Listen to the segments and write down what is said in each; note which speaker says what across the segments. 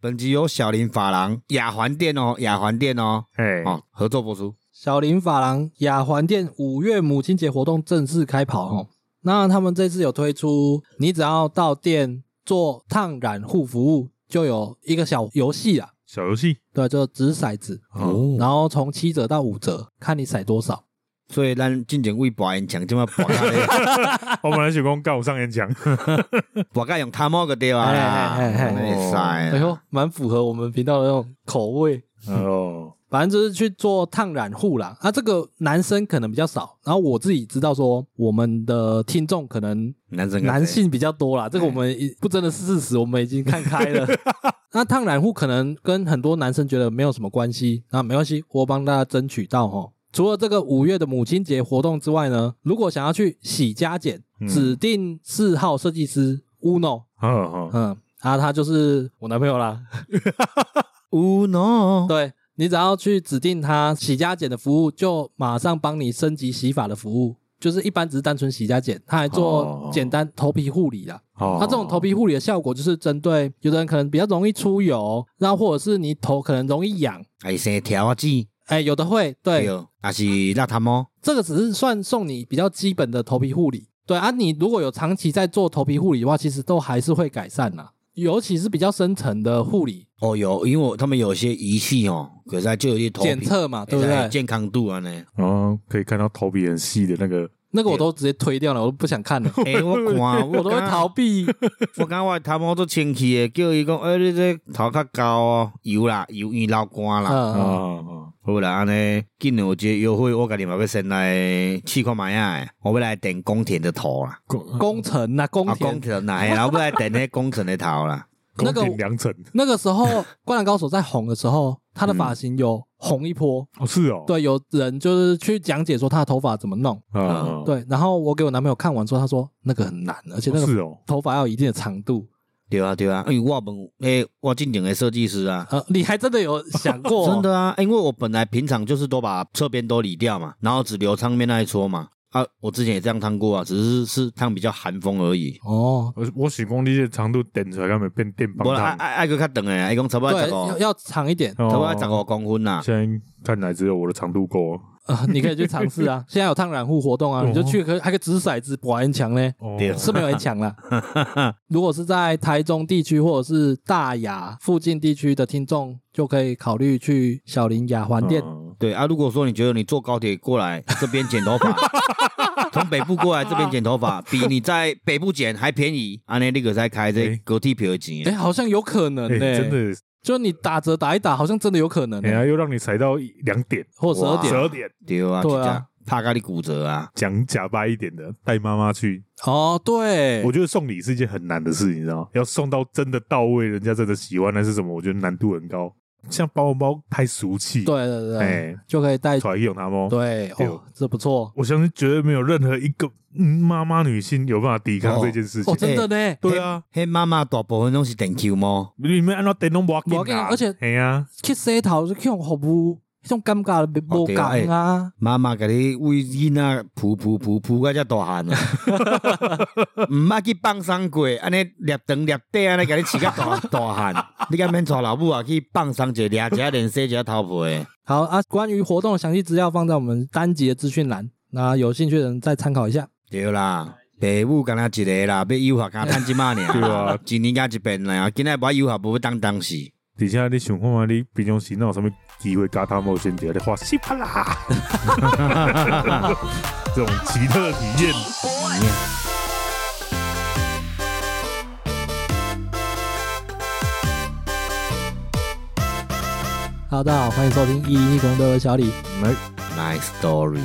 Speaker 1: 本集由小林法郎雅环店哦，雅环店哦，
Speaker 2: 哎，
Speaker 1: 哦合作播出。
Speaker 3: 小林发廊雅环店五月母亲节活动正式开跑哦。那他们这次有推出，你只要到店做烫染护服务，就有一个小游戏啊，
Speaker 2: 小游 戏
Speaker 3: 对，就掷骰子，
Speaker 2: 哦，
Speaker 3: 然后从七折到五折，看你骰多少。
Speaker 1: 所以咱进前为博因强，即么博甲咧，
Speaker 2: 我本来想讲告上演讲，
Speaker 1: 博甲用他猫个对啊啦，
Speaker 3: 嘿嘿嘿
Speaker 1: 会使
Speaker 3: 哎
Speaker 1: 啊。
Speaker 3: 呦，蛮符合我们频道的那种口味。
Speaker 2: 哦，
Speaker 3: 反正就是去做烫染护啦。啊，这个男生可能比较少，然后我自己知道说，我们的听众可能
Speaker 1: 男生
Speaker 3: 男性比较多啦。这个我们已不争的事实，我们已经看开 了。那烫染护可能跟很多男生觉得没有什么关系，那没关系，我帮大家争取到哈。除了这个五月的母亲节活动之外呢，如果想要去洗加减，
Speaker 2: 嗯
Speaker 3: 指定四号设计师 Uno，
Speaker 2: 哦哦，
Speaker 3: 嗯，啊，他就是我男朋 友啦。
Speaker 1: 有喏，
Speaker 3: 对你只要去指定他洗加减的服务，就马上帮你升级洗发的服务。就是一般只是单纯洗加减，他还做
Speaker 2: 哦
Speaker 3: 简单头皮护理啦。
Speaker 2: 哦
Speaker 3: 它这种头皮护理的效果，就是针对有的人可能比较容易出油，然后或者是你头可能容易痒，
Speaker 1: 还生条仔，
Speaker 3: 哎，有的会对，
Speaker 1: 对，还是邋遢猫，
Speaker 3: 这个只是算送你比较基本的头皮护理。对啊，你如果有长期在做头皮护理的话，其实都还是会改善啦，尤其是比较深层的护理
Speaker 1: 哦有，因为我他们有些仪器哦，可是就有些头皮
Speaker 3: 检测嘛，对不
Speaker 1: 会使
Speaker 3: 对？
Speaker 1: 健康度啊呢，
Speaker 2: 哦，可以看到头皮很细的那个，
Speaker 3: 那个我都直接推掉了，我都 不想看了，
Speaker 1: 哎，我看
Speaker 3: 我都会逃。避。
Speaker 1: 我感觉我的头毛都清气的，叫伊讲，哎，你这头较高哦，油啦，油烟流汗啦。
Speaker 2: 啊
Speaker 3: 嗯，
Speaker 2: 哦，
Speaker 1: 好啦，安尼，今年有一个优惠，我家己嘛要先来试看卖啊！我要来电工田的头啦，
Speaker 2: 哦
Speaker 3: 工程啊，工
Speaker 1: 啊，
Speaker 3: 田
Speaker 1: 工田啦，嘿啦，我要来电迄工程的头啦。
Speaker 3: 那
Speaker 2: 宫
Speaker 3: 个
Speaker 2: 廷良辰，
Speaker 3: 那个时候，《灌篮高手》在红的时候，他的发型有红一波。
Speaker 2: 哦是哦，
Speaker 3: 对，有人就是去讲解说他的头发怎么弄。
Speaker 2: 啊，
Speaker 3: 对，然后我给我男朋友看完之后，他说那个很难，而且那
Speaker 2: 哦
Speaker 3: 个
Speaker 2: 是哦，
Speaker 3: 头发要有一定的长度。
Speaker 1: 对啊，对啊，因为我问诶、我进前的设计师啊，
Speaker 3: 呃，你还真 的有想过？哦
Speaker 1: 真的啊，因为我本来平常就是都把侧边都理掉嘛，然后只留上面那一撮嘛。啊，我之前也这样烫过啊，只是是烫比较寒风而已。
Speaker 3: 哦，
Speaker 2: 我我想讲你这长度点出来，敢没变电
Speaker 1: 我
Speaker 2: 棒
Speaker 1: 爱
Speaker 2: 糖？
Speaker 1: 爱爱啊个较长诶，伊讲差不多
Speaker 3: 对，
Speaker 1: 十五
Speaker 3: 要，要长一点。
Speaker 2: 哦
Speaker 1: 差不多十五公分啊啦。
Speaker 2: 现在看来只有我的长度够哦
Speaker 3: 呃，你可以去尝试啊。现在有烫染护活动啊，你就去可以还可以掷骰子，保安强呢。
Speaker 2: 哦，
Speaker 1: 对
Speaker 3: 是没有很 强啦。如果是在台中地区或者是大雅附近地区的听众，就可以考虑去小林雅环店。
Speaker 2: 嗯
Speaker 1: 对啊，如果说你觉得你坐高铁过来这边剪 头发，从北部过来这边剪头发，比你在北部剪还便宜，安尼你可才开这
Speaker 2: 诶
Speaker 1: 高铁票的钱
Speaker 3: 哎、。好像有可能
Speaker 2: 哎
Speaker 3: 呢、
Speaker 2: 真，的，
Speaker 3: 就你打折打一打，好像真的有可能、
Speaker 2: 哎
Speaker 3: 欸，
Speaker 2: 呀，又让你踩到一两点，
Speaker 3: 或十二
Speaker 1: 哇
Speaker 3: 点
Speaker 2: 十二点，
Speaker 1: 对啊，
Speaker 3: 对啊
Speaker 1: 就这样，怕咖你骨折啊。
Speaker 2: 讲假掰一点的，带妈妈去，
Speaker 3: 哦，对
Speaker 2: 我，觉得送礼是一件很难的事，你知道吗？要送到真的到位，人家真的喜欢，那是什么？我觉得难度很高。像包红包太俗气，，
Speaker 3: 对对对，
Speaker 2: 哎
Speaker 3: 就可以带，
Speaker 2: 揣用他们。
Speaker 3: 对，
Speaker 2: 对
Speaker 3: 哦，这不错，
Speaker 2: 我相信绝对没有任何一个嗯妈妈女性有办法抵抗
Speaker 1: 哦
Speaker 2: 这件事情
Speaker 3: 哦，。真的呢，
Speaker 2: 对啊，
Speaker 1: 嘿，妈妈大部分都是电 Q 猫，
Speaker 2: 你们按照电动不要
Speaker 3: 不要紧
Speaker 2: 紧啊
Speaker 3: 而且
Speaker 2: 哎呀，
Speaker 3: 去洗头就去用服务，那种感觉无
Speaker 1: 哦对
Speaker 2: 哎
Speaker 3: 同啊，
Speaker 1: 妈妈给你喂囡仔噗噗噗噗到遮大汉啊， 毋捌去放松过，安尼立长立短安尼给你饲到大大汉，你敢免带老母啊去放松者，掠一下脸洗一下头皮。
Speaker 3: 好啊，关于活动的详细资料放在我们单集的资讯栏，那有兴趣的人再参考一下。
Speaker 1: 对啦，爸母敢若一个啦，要优学敢趁即满 尔，
Speaker 2: 对啊，
Speaker 1: 一年甲一遍啦，今仔无优学无要当当时。
Speaker 2: 底下你想看嘛？你平常时哪有什么机会跟他冒险底下的话，稀啪啦，这种奇特体验。
Speaker 1: 哦哎
Speaker 3: 好，大家好，欢迎收听一零一公的小李。
Speaker 2: 来，
Speaker 1: Nice story，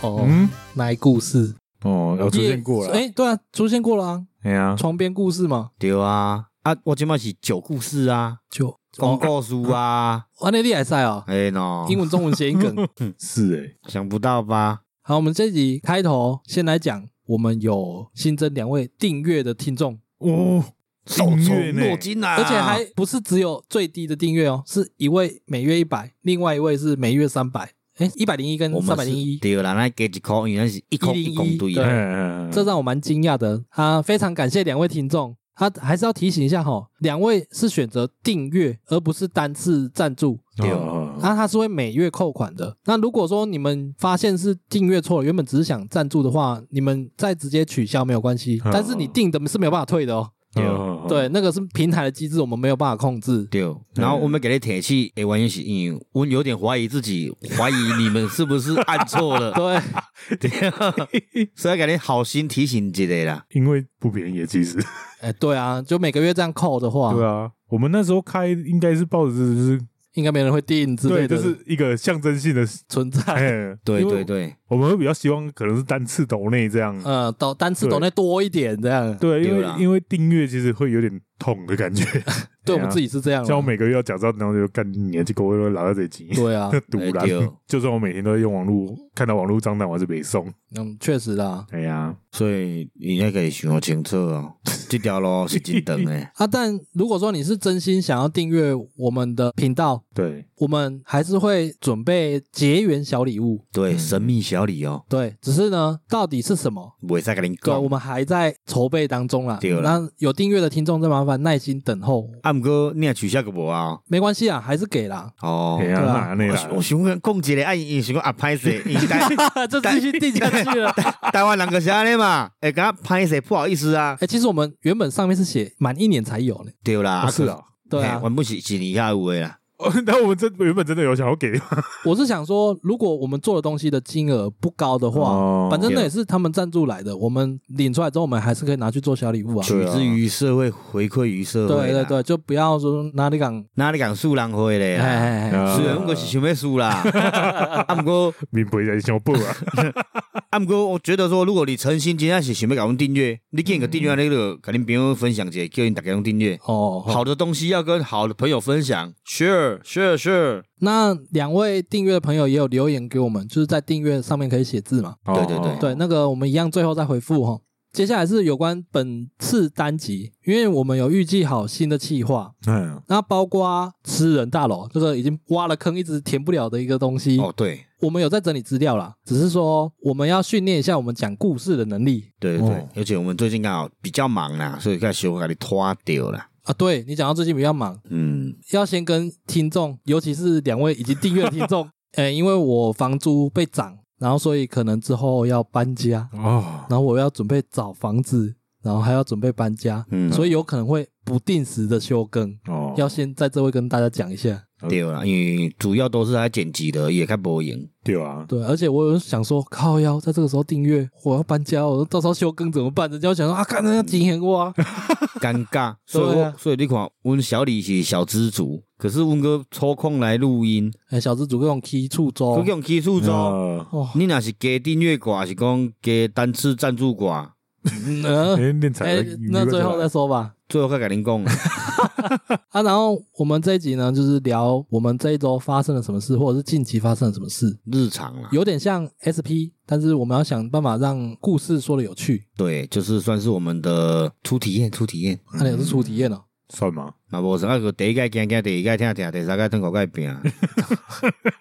Speaker 3: 哦，
Speaker 2: 嗯，
Speaker 3: 来故事
Speaker 2: 哦，有出
Speaker 3: 也
Speaker 2: 现过了，
Speaker 3: 哎，对啊，出现过了啊，
Speaker 2: 哎呀，
Speaker 3: 床边故事嘛，
Speaker 1: 对啊，啊，我即满是旧故事啊，
Speaker 3: 就
Speaker 1: 讲故事啊，
Speaker 3: 哇，那厉害赛哦，
Speaker 1: 哎喏，
Speaker 3: 英文中文谐音梗。
Speaker 2: 是哎
Speaker 1: 想不到吧？
Speaker 3: 好，我们这集开头先来讲，我们有新增两位订阅的听众，
Speaker 2: 哎，哦，
Speaker 1: 受宠若惊啊！
Speaker 3: 而且还不是只有最低的订阅哦，是一位每月一百，另外一位是每月三百，哎，一百零一跟
Speaker 1: 我
Speaker 3: 三
Speaker 1: 们
Speaker 3: 百
Speaker 1: 是
Speaker 3: 零一，
Speaker 1: 对啦，咱加一箍，因为咱是一箍
Speaker 3: 101
Speaker 1: 一公对啊
Speaker 3: 对
Speaker 1: 啦。
Speaker 2: 哎
Speaker 3: 这让我蛮惊讶的啊！非常感谢两位听众啊，还是要提醒一下哈，两位是选择订阅而不是单次赞助，
Speaker 1: 对
Speaker 2: 啊，
Speaker 3: 那它是会每月扣款的。那如果说你们发现是订阅错了，原本只是想赞助的话，你们再直接取消没有关系
Speaker 2: 嗯，
Speaker 3: 但是你订的是没有办法退的哦。
Speaker 1: 对
Speaker 2: 嗯，
Speaker 3: 对，那个是平台的机制，我们没有办法控制。
Speaker 1: 对，然后我们给他铁气，诶，原因是因为我有点怀疑自己，怀疑你们是不是按错了，
Speaker 3: 对，
Speaker 1: 对，所以给你好心提醒一下啦。
Speaker 2: 因为不便宜，其实。
Speaker 3: 哎，对啊，就每个月这样扣的
Speaker 1: 哦
Speaker 3: 话，
Speaker 2: 对啊，我们那时候开应该是抱着就是
Speaker 3: 应该没人会订之类
Speaker 2: 对，
Speaker 3: 的，
Speaker 2: 就是一个象征性的，
Speaker 3: 存 在。
Speaker 2: 哎，
Speaker 1: 对
Speaker 2: 因
Speaker 1: 对
Speaker 2: 为
Speaker 1: 对，
Speaker 2: 我们会比较希望可能是单次抖内这样。
Speaker 3: 呃，抖单次
Speaker 2: 对
Speaker 3: 抖内多一点这样，
Speaker 2: 对，因
Speaker 1: 对
Speaker 2: 为
Speaker 1: 啦哦
Speaker 2: 因为订阅其实会有点痛 的感觉，
Speaker 3: 对
Speaker 2: 啊
Speaker 3: 我们自己是这样啊。
Speaker 2: 像我每个月要假账，然后就干你啊，结果我拿到这钱，
Speaker 3: 对 啊，
Speaker 2: 堵
Speaker 1: 哎
Speaker 2: 啦
Speaker 1: 对。
Speaker 2: 就算我每天都在用网络，看到网络账单，我还是没送。
Speaker 3: 嗯，确实啦。
Speaker 2: 哎呀，
Speaker 1: 所以你应该可以想清楚哦， 这条路是真长的。
Speaker 3: 啊，但如果说你是真心想要订阅我们的频道，
Speaker 2: 对，
Speaker 3: 我们还是会准备结缘小礼物。
Speaker 1: 对，神秘小李哦，
Speaker 3: 对，只是呢，到底是什么？
Speaker 1: 袂使甲恁
Speaker 3: 对，我
Speaker 1: 讲。
Speaker 3: 们还在筹备当中啦。
Speaker 1: 对啦
Speaker 3: 那有订阅的听众，再麻烦耐心等候，
Speaker 1: 啊，毋过你也取消个无啊？
Speaker 3: 没关系啊，还是给 啦。
Speaker 1: 哦
Speaker 2: 哎，呀，
Speaker 3: 对
Speaker 2: 那
Speaker 3: 啊
Speaker 2: 那
Speaker 1: 我
Speaker 2: 啦
Speaker 1: 想，我想讲讲一个，啊，伊伊想讲啊，歹势，伊台
Speaker 3: 就继续 定下去了。
Speaker 1: 台湾人就是安尼嘛，会甲歹势不好意思啊
Speaker 3: 哎、，其实我们原本上面是写满一年才有呢。
Speaker 1: 对啦，
Speaker 2: 啊
Speaker 1: 啊
Speaker 2: 是，啊。
Speaker 1: 可
Speaker 3: 对啊
Speaker 1: 嘿，原本是一年下有诶啦，
Speaker 2: 哦 但我们真原本真的有想要给
Speaker 3: 我是想说，如果我们做的东西的金额不高的话，
Speaker 2: 哦
Speaker 3: 反正那也是他们赞助来的，我们领出来之后，我们还是可以拿去做小礼物啊。
Speaker 1: 取之于社会，回馈于社会。
Speaker 3: 对对，对，就不要说哪里讲，
Speaker 1: 哪里讲输人会
Speaker 3: 哎
Speaker 1: 咧啊？
Speaker 3: 哎哎，
Speaker 2: 啊
Speaker 1: 虽然我是想要 输啦，啊，毋过
Speaker 2: 免赔在想报啊。
Speaker 1: 啊，毋过我觉得说，如果你诚心真正是想要甲阮订阅，你见个订阅那个，甲恁朋友分享一下，叫因大家拢订阅。
Speaker 3: 哦，好，
Speaker 1: 好的东西要跟好的朋友分享。Sure, sure, sure。
Speaker 3: 那两位订阅的朋友也有留言给我们，就是在订阅上面可以写字嘛。
Speaker 1: 对对对
Speaker 2: 哦
Speaker 3: 对，那个我们一样最后再回复哈。接下来是有关本次单集，因为我们有预计好新的企划，
Speaker 2: 嗯，
Speaker 3: 那包括吃人大楼这个已经挖了坑一直填不了的一个东西，
Speaker 1: 哦，对
Speaker 3: 我们有在整理资料啦，只是说我们要训练一下我们讲故事的能力
Speaker 1: 对对对，
Speaker 2: 哦
Speaker 1: 而且我们最近刚好比较忙啦，所以该修改你拖掉啦。
Speaker 3: 啊。对你讲到最近比较忙，
Speaker 1: 嗯，
Speaker 3: 要先跟听众，尤其是两位已经订阅的听众， 呃，因为我房租被涨，然后所以可能之后要搬家，
Speaker 2: 哦，
Speaker 3: 然后我要准备找房子，然后还要准备搬家，
Speaker 1: 嗯
Speaker 3: 所以有可能会不定时的休更，
Speaker 2: 哦
Speaker 3: 要先在这位跟大家讲一下。
Speaker 1: 对啦，因为主要都是他剪辑的，也较无用。
Speaker 2: 对啊，
Speaker 3: 对，而且我有想说，靠腰在这个时候订阅，我要搬家，哦我到时候休更怎么办？人家会想说啊，看人家金钱我啊，
Speaker 1: 尴尬，所以
Speaker 3: 对
Speaker 1: 我、
Speaker 3: 啊
Speaker 1: 所以你看，阮小李是小知足，可是阮哥抽空来录音，
Speaker 3: 哎，小资主各种 key 触
Speaker 1: 佮
Speaker 3: 周
Speaker 1: 这，种起诉中，
Speaker 2: 呃
Speaker 3: 哇，
Speaker 1: 你若是加订阅挂，还是讲加单次赞助挂，
Speaker 3: 嗯呃
Speaker 2: 哎，练才
Speaker 3: 哎，那最后再说吧。
Speaker 1: 最后再甲恁讲啦。
Speaker 3: 啊，然后我们这一集呢，就是聊我们这一周发生了什么事，或者是近期发生了什么事，
Speaker 1: 日常啦，
Speaker 3: 有点像 SP，但是我们要想办法让故事说的有趣，
Speaker 1: 对，就是算是我们的初体验，初体验。
Speaker 3: 那、也是初体验哦。
Speaker 2: 算吗？
Speaker 1: 那无啥啊个第一届惊惊，第二届听听，第三届等五届拼。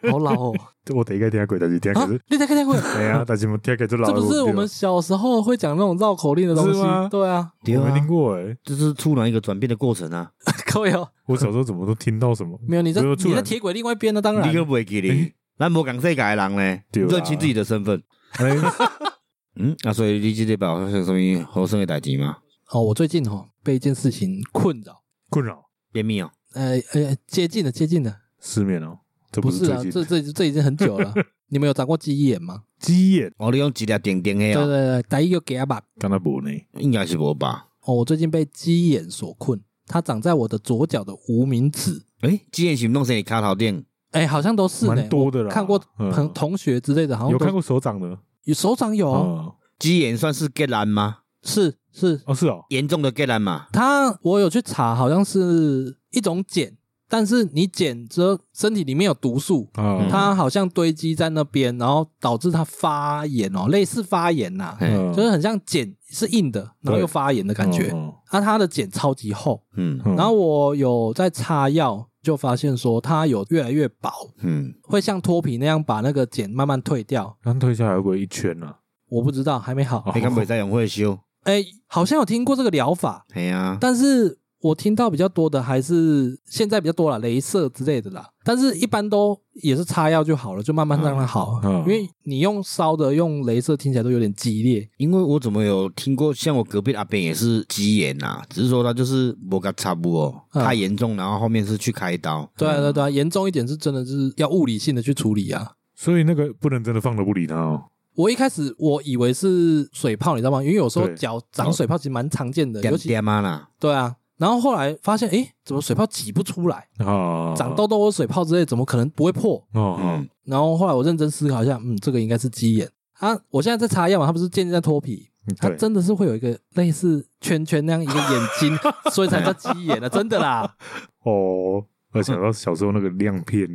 Speaker 3: 好老 哦
Speaker 2: 这我第一个听下鬼，但是听下
Speaker 3: 啊
Speaker 2: 可是，
Speaker 3: 你在看 电会，
Speaker 2: 哎呀，但是我听下就老
Speaker 3: 这
Speaker 2: 了。
Speaker 3: 不是我们小时候会讲那种绕口令的
Speaker 2: 是
Speaker 3: 东
Speaker 2: 吗
Speaker 3: 西？对啊，
Speaker 1: 对
Speaker 2: 我没
Speaker 1: 啊
Speaker 2: 听，过哎，
Speaker 1: 这是突然一个转变的过程啊！
Speaker 3: 各位哦，
Speaker 2: 我小时候怎么都听到什么？
Speaker 3: 没有你在
Speaker 2: 没有突
Speaker 3: 你
Speaker 2: 然
Speaker 3: 在铁轨另外一边呢，当
Speaker 1: 你
Speaker 3: 然
Speaker 1: 个袂记哩，咱无共世界的人呢，
Speaker 2: 对啦
Speaker 1: 认清自己的身份。
Speaker 2: 哎，
Speaker 1: 嗯，啊，所以你这礼拜有发生什么好生的代志吗？
Speaker 3: 哦，我最近哦被一件事情困扰，
Speaker 2: 困扰
Speaker 1: 便秘哦，
Speaker 3: 呃呃，接近了，接近了，
Speaker 2: 失眠哦，这
Speaker 3: 不
Speaker 2: 不
Speaker 3: 是
Speaker 2: 最
Speaker 3: 啊，
Speaker 2: 近
Speaker 3: 这这这已经很 久了。你们有长过鸡眼吗？
Speaker 2: 鸡眼，
Speaker 1: 哦，你用一粒点点
Speaker 3: 对
Speaker 1: 的
Speaker 3: 对
Speaker 1: 哦，
Speaker 3: 对，打一个给阿爸
Speaker 2: 刚才不呢？
Speaker 1: 应该是无吧？
Speaker 3: 哦，我最近被鸡眼所困，它长在我的左脚的无名指，
Speaker 1: 诶，之前是弄成你卡头顶，
Speaker 3: 哎，好像都是呢
Speaker 2: 蛮多的
Speaker 3: 我
Speaker 2: 啦
Speaker 3: 看过
Speaker 2: 嗯
Speaker 3: 朋同学之类的，好像
Speaker 2: 有
Speaker 3: 都
Speaker 2: 看过手掌的
Speaker 3: 有手掌有哦，
Speaker 2: 哦
Speaker 1: 鸡眼算是结烂吗？
Speaker 3: 是是，
Speaker 2: 哦是哦，
Speaker 1: 严重的结烂嘛？
Speaker 3: 它我有去查，好像是一种碱，但是你碱之后身体里面有毒素，
Speaker 2: 啊，
Speaker 3: 它好像堆积在那边，然后导致它发炎哦，类似发炎呐、
Speaker 1: 嘿
Speaker 2: 嗯
Speaker 3: 哎就是很像碱是硬的，然后
Speaker 2: 对
Speaker 3: 又发炎的感觉。
Speaker 2: 哦
Speaker 3: 那、它的碱超级厚，
Speaker 1: 嗯
Speaker 2: 嗯
Speaker 3: 然后我有在擦药，就发现说它有越来越薄，
Speaker 1: 嗯，
Speaker 3: 会像脱皮那样把那个茧慢慢退掉。
Speaker 2: 然后退下来会不会一圈呢？啊哦
Speaker 3: 我不知道，还没好。
Speaker 1: 你敢袂使用火烧？
Speaker 3: 哎，好像有听过这个疗法，
Speaker 1: 哎呀，
Speaker 3: 但是我听到比较多的还是现在比较多了，镭射之类的啦。但是一般都也是擦药就好了，就慢慢让它好。
Speaker 2: 嗯
Speaker 3: 因为你用烧的、用镭射听起来都有点激烈。
Speaker 1: 因为我怎么有听过，像我隔壁的阿贝也是鸡眼呐、只是说他就是摩嘎差不哦，
Speaker 3: 嗯
Speaker 1: 太严重，然后后面是去开刀。
Speaker 3: 对啊，
Speaker 2: 嗯
Speaker 3: 对啊对啊，严重一点是真的是要物理性的去处理啊。
Speaker 2: 所以那个不能真的放着不理他哦。
Speaker 3: 我一开始我以为是水泡，你知道吗？因为有时候
Speaker 2: 对嗯
Speaker 3: 脚长水泡其实蛮常见的，
Speaker 1: 点
Speaker 3: 尤其
Speaker 1: 点啊啦，
Speaker 3: 对啊。然后后来发现，诶，怎么水泡挤不出来？
Speaker 2: 啊，
Speaker 3: 长痘痘或水泡之类，怎么可能不会破？
Speaker 2: 哦
Speaker 1: 嗯，
Speaker 3: 然后后来我认真思考一下，嗯，这个应该是鸡眼啊。我现在在擦药嘛，它不是渐渐在脱皮，
Speaker 2: 嗯
Speaker 3: 它
Speaker 2: 对，
Speaker 3: 真的是会有一个类似圈圈那样一个眼 睛，所以才叫鸡眼的，啊真的啦。
Speaker 2: 哦，我想到小时候那个亮片，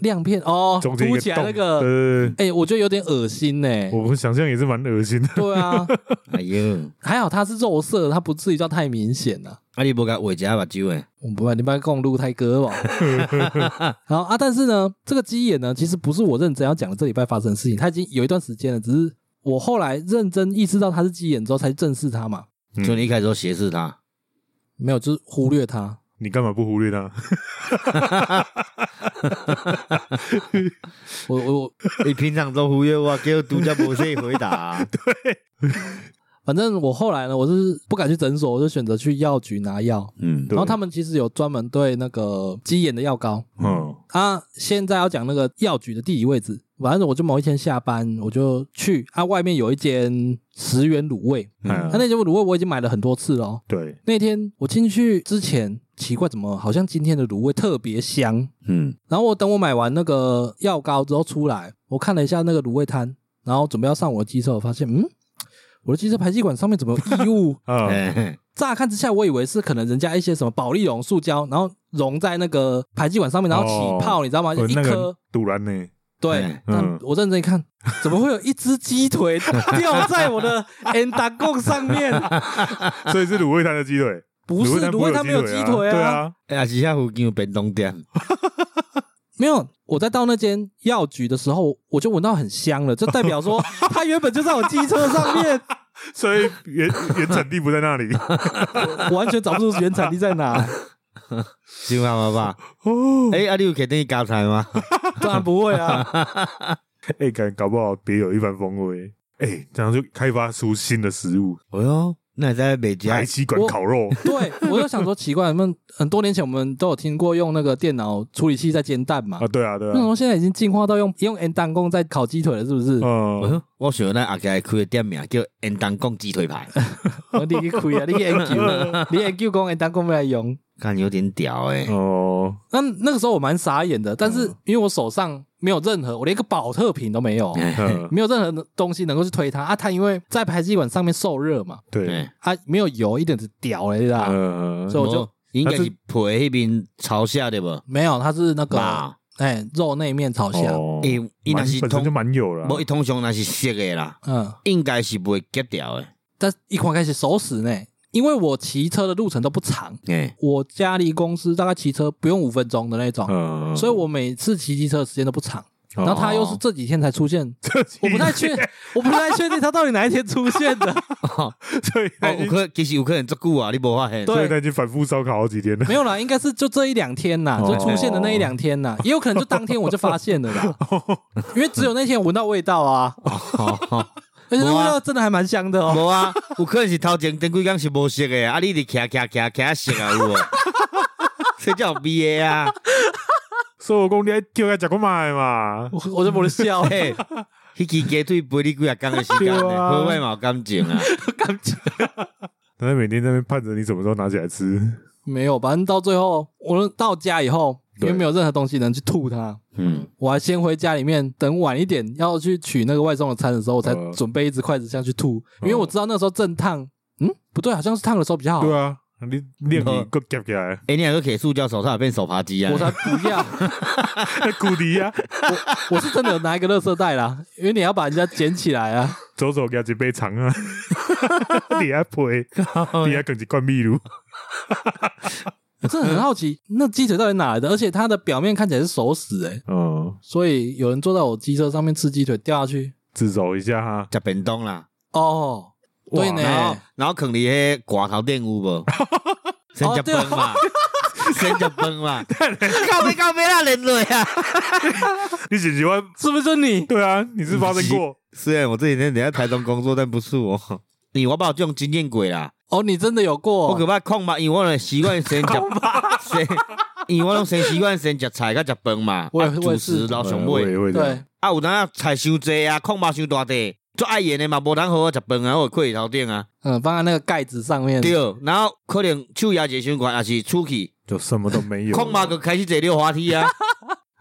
Speaker 3: 亮片哦，
Speaker 2: 中间一
Speaker 3: 凸
Speaker 2: 个
Speaker 3: 起来
Speaker 2: 洞
Speaker 3: 那
Speaker 2: 对
Speaker 3: 个，嗯
Speaker 2: 对对哦
Speaker 3: 哎、我觉得有点恶心呢、
Speaker 2: 我们想象也是蛮恶心的。
Speaker 3: 对啊，
Speaker 1: 哎呦，
Speaker 3: 还好它是肉色的，它不至于到太明显啊。
Speaker 1: 啊你无甲画一下目睭诶，
Speaker 3: 我们不然你不要跟我录太歌 哦。好啊，但是呢，这个鸡眼呢，其实不是我认真要讲的这礼拜发生的事情，它已经有一段时间了，只是我后来认真意识到它是鸡眼之后，才正视它嘛。
Speaker 2: 嗯
Speaker 1: 所以你一开始都斜视他，
Speaker 3: 没有，就是忽略它。
Speaker 2: 你干嘛不忽略他？
Speaker 3: 我我我，
Speaker 1: 你平常都忽略我，给我独家博士回答、啊
Speaker 3: 反正我后来呢，我是不敢去诊所，我就选择去药局拿药。
Speaker 1: 嗯，
Speaker 2: 对
Speaker 3: 然后他们其实有专门对那个鸡眼的药膏
Speaker 2: 嗯
Speaker 3: 啊。现在要讲那个药局的地理位置，反正我就某一天下班，我就去啊，外面有一间十元卤味，
Speaker 2: 嗯
Speaker 3: 啊，那间卤味我已经买了很多次了、哦。
Speaker 2: 对，？
Speaker 3: 那天我进去之前，奇怪，怎么好像今天的卤味特别香？
Speaker 1: 嗯，
Speaker 3: 然后我等我买完那个药膏之后出来，我看了一下那个卤味摊，然后准备要上我的机车，我发现，嗯，我的机车排气管上面怎么有异物
Speaker 2: 啊，
Speaker 1: 嘿嘿
Speaker 3: 乍看之下，我以为是可能人家一些什么保利龙塑胶，然后融在那个排气管上面，然后起泡，
Speaker 2: 哦
Speaker 3: 你知道吗？
Speaker 2: 呃
Speaker 3: 一
Speaker 2: 那
Speaker 3: 颗。
Speaker 2: 个堵然呢，
Speaker 3: 对
Speaker 1: 嗯，
Speaker 3: 但我认真一看，怎么会有一只鸡腿掉在我的 end g 上面？
Speaker 2: 所以是卤味摊的鸡腿，
Speaker 3: 不是，
Speaker 2: 卤
Speaker 3: 卤味
Speaker 2: 味
Speaker 3: 摊
Speaker 2: 摊
Speaker 3: 没有鸡腿
Speaker 2: 啊，对
Speaker 3: 啊，
Speaker 2: 啊，
Speaker 1: 哎呀，是遐附近有便当店，
Speaker 3: 没有。我在到那间药局的时候，我就闻到很香了，这代表 说它原本就在我机车上面，
Speaker 2: 所以原原产地不在那里
Speaker 3: 我完全找不出原产地在哪。
Speaker 1: 想法吧？
Speaker 2: 哦。
Speaker 1: 哎、啊你有肯定加菜 吗？
Speaker 3: 当然不会啊，
Speaker 2: 哎，感搞不好别有一番风味。哎，这样就开发出新的食物，
Speaker 1: 哎呦，那你在北京
Speaker 2: 排气管
Speaker 3: 我
Speaker 2: 烤肉，
Speaker 3: 对我就想说奇怪，我们很多年前我们都有听过用那个电脑处理器在煎蛋嘛
Speaker 2: 啊，，对啊，对
Speaker 3: 那时
Speaker 2: 啊，
Speaker 3: 候现在已经进化到用用 N 弹弓在烤鸡腿了，是不是？
Speaker 1: 哎
Speaker 2: 嗯，
Speaker 1: 呦我想咱阿家开的店名叫“烟当贡鸡腿 排
Speaker 3: 我你去开啊，你去研究 啊，你研究讲 N 弹弓要来用。”，
Speaker 1: 看有点屌哎、
Speaker 2: 哦，
Speaker 3: 那那个时候我蛮傻眼的，但是因为我手上没有任何，我连一个保特瓶都没有，
Speaker 1: 哎
Speaker 2: 嗯
Speaker 3: 没有任何东西能够去推它啊。它因为在排气管上面受热嘛，
Speaker 2: 对，
Speaker 1: 对，
Speaker 3: 啊，没有油，一点子屌嘞啦，
Speaker 2: 嗯，
Speaker 3: 所以我就
Speaker 1: 无应该是皮迄边朝下的吧？
Speaker 3: 没有，它是那个
Speaker 1: 吧，
Speaker 3: 哎肉内面朝下，
Speaker 2: 啊哦
Speaker 1: 伊伊若
Speaker 2: 蛮
Speaker 1: 是
Speaker 2: 本身就
Speaker 1: 通，
Speaker 2: 蛮有了啊，
Speaker 1: 无伊通常若是熟的啦，
Speaker 3: 嗯，
Speaker 1: 应该是袂结掉的。
Speaker 3: 但一款开始手死呢，因为我骑车的路程都不长，
Speaker 1: 哎，
Speaker 3: 我家离公司大概骑车不用五分钟的那种，
Speaker 2: 嗯，哦
Speaker 3: 所以我每次骑机车的时间都不长。然后他又是这几天才出现，我不太确，我不太确定他到底哪一天出现的。
Speaker 2: 所以
Speaker 1: 哦，有可其实有可能足久啊，你无发现？
Speaker 3: 对
Speaker 2: 所以他已经反复烧烤好几天了。
Speaker 3: 没有啦，应该是就这一两天呐，
Speaker 2: 哦
Speaker 3: 就出现的那一两天呐，也有可能就当天我就发现了啦，因为只有那天我闻到味道啊，而且那味道真的还蛮香的哦。
Speaker 1: 无啊， 有可能是头前顶几工是无熟的，啊，你伫徛徛徛徛熟啊， 有无？这叫味的啊！
Speaker 2: 所以我讲你还叫他食个买嘛，
Speaker 3: 我我就没得笑，
Speaker 1: 嘿，迄支鸡腿陪你几啊工的时间呢，
Speaker 2: 对啊
Speaker 1: 好歹嘛有感情 啊。
Speaker 3: 感觉
Speaker 2: 他每天在那边盼着你什么时候拿起来吃。
Speaker 3: 没有，反正到最后我到家以后，因
Speaker 2: 对
Speaker 3: 为没有任何东西能去吐它，
Speaker 1: 嗯，
Speaker 3: 我还先回家里面，等晚一点要去取那个外送的餐的时候，我才
Speaker 2: 呃
Speaker 3: 准备一只筷子下去吐，因为我知道那时候正烫，嗯，不对，好像是烫的时候比较好，
Speaker 2: 对啊，你练你
Speaker 3: 嗯
Speaker 2: 够夹起来，
Speaker 1: 哎，你两个可以塑胶手套变手扒鸡啊
Speaker 3: 我？才不要。
Speaker 2: 骨笛啊，
Speaker 3: 我是真的有拿一个垃圾袋啦，因为你要把人家捡起来啊。
Speaker 2: 左手夹一杯肠啊， 底下配，底下啃一罐秘鲁。
Speaker 3: 我真的很好奇， 那鸡腿到底哪来的？而且它的表面看起来是熟死诶、
Speaker 2: 嗯，
Speaker 3: 所以有人坐在我机车上面吃鸡腿掉下去。
Speaker 2: 自首一下哈。
Speaker 1: 食便当啦，
Speaker 3: 哦，对呢
Speaker 1: 然后然后坑你迄寡头店有 无？先食饭 嘛，先食饭嘛， 搞咩搞咩啦，连累啊！
Speaker 2: 你喜喜欢？
Speaker 3: 是不是你？
Speaker 2: 对啊，你是发生过？
Speaker 1: 虽然我这几天等在台中工作，但不是 我。你我把我这种经验鬼啦，
Speaker 3: 哦，你真的有
Speaker 1: 我可
Speaker 3: 过？
Speaker 1: 怕空吧，因为我的习惯先食，先，因为我拢先习惯先食菜甲食饭嘛，
Speaker 3: 我
Speaker 1: 啊
Speaker 3: 也我
Speaker 1: 主
Speaker 3: 也是
Speaker 1: 食老上
Speaker 2: 呃我
Speaker 1: 尾
Speaker 2: 也会这样
Speaker 3: 对，
Speaker 1: 啊，有当啊菜伤济啊，空吧伤大块，做爱演的嘛，无当好好食饭啊，我会开头顶啊，
Speaker 3: 嗯，放在那个盖子上面。
Speaker 1: 对，然后可能手压一伤悬，也是出去。
Speaker 2: 就什么都
Speaker 3: 啊
Speaker 2: 没有。
Speaker 1: 空嘛，就开始坐溜滑梯 啊。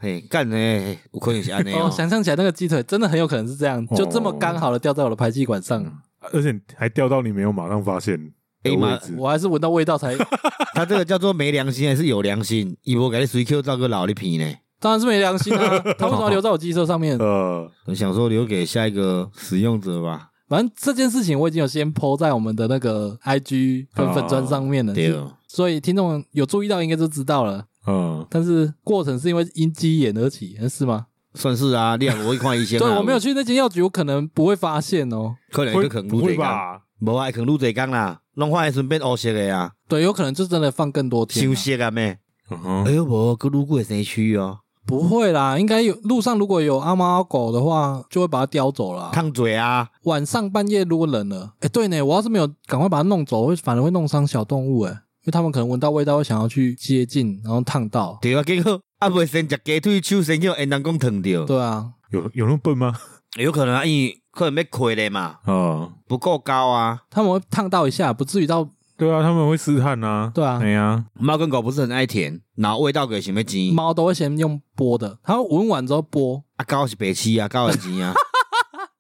Speaker 1: 嘿，干呢、欸，有可能是安尼、
Speaker 3: 哦，
Speaker 1: 哦。
Speaker 3: 想象起来那个鸡腿真的很有可能是这样，
Speaker 2: 哦
Speaker 3: 就这么刚好的掉在我的排气管上，
Speaker 2: 而且还掉到你没有马上发现的
Speaker 1: 哎妈
Speaker 2: 位置。
Speaker 3: 我还是闻到味道才，
Speaker 1: 他这个叫做没良心还是有良心？伊无给你随 Q 照个老的皮呢。
Speaker 3: 当然是没良心 啊！他为什么要留在我机车上面？
Speaker 2: 呃，
Speaker 1: 我想说留给下一个使用者吧。
Speaker 3: 反正这件事情我已经有先 PO 在我们的那个 IG 跟粉砖上面了，
Speaker 1: 哦对，
Speaker 3: 所以听众有注意到应该就知道了。
Speaker 2: 嗯，
Speaker 3: 但是过程是因为因鸡眼而起，呃是吗？
Speaker 1: 算是啊，你也我会看医生、啊。
Speaker 3: 对，我没有，去那间药局，我可能不会发现哦。
Speaker 1: 嗯可能
Speaker 2: 不
Speaker 1: 去
Speaker 2: 会
Speaker 1: 啃
Speaker 2: 不
Speaker 1: 鹿
Speaker 2: 会
Speaker 1: 嘴干，
Speaker 2: 吧？
Speaker 1: 无啊爱啃鹿嘴干啦，弄坏顺便乌色的啊，
Speaker 3: 对，有可能就真的放更多天
Speaker 1: 休
Speaker 3: 啊、
Speaker 1: 息啊咩？
Speaker 2: 嗯哼
Speaker 1: 哎，呦，无个鹿骨的生区哦，
Speaker 3: 不会啦，应该有路上如果有阿猫阿狗的话，就会把它叼走啦。
Speaker 1: 烫嘴啊，
Speaker 3: 晚上半夜如果冷了，哎、对呢，我要是没有赶快把它弄走，会反而会弄伤小动物哎、因为它们可能闻到味道会想要去接近，然后烫到。
Speaker 1: 对啊，结果 啊，未先食鸡腿，手先叫因人讲烫着，
Speaker 3: 对啊，
Speaker 2: 有有那么笨吗？
Speaker 1: 有可能啊，因为可能要开咧嘛，
Speaker 2: 啊，
Speaker 1: 不够高啊。
Speaker 3: 它们会烫到一下，不至于到
Speaker 2: 对啊，他们会试探啊。
Speaker 3: 对啊
Speaker 2: 哎呀，
Speaker 1: 猫跟狗不是很爱舔，然后味道给什么钱？
Speaker 3: 猫都会先用剥的，它会闻完之后剥。
Speaker 1: 啊，狗是白痴啊，狗的钱 啊。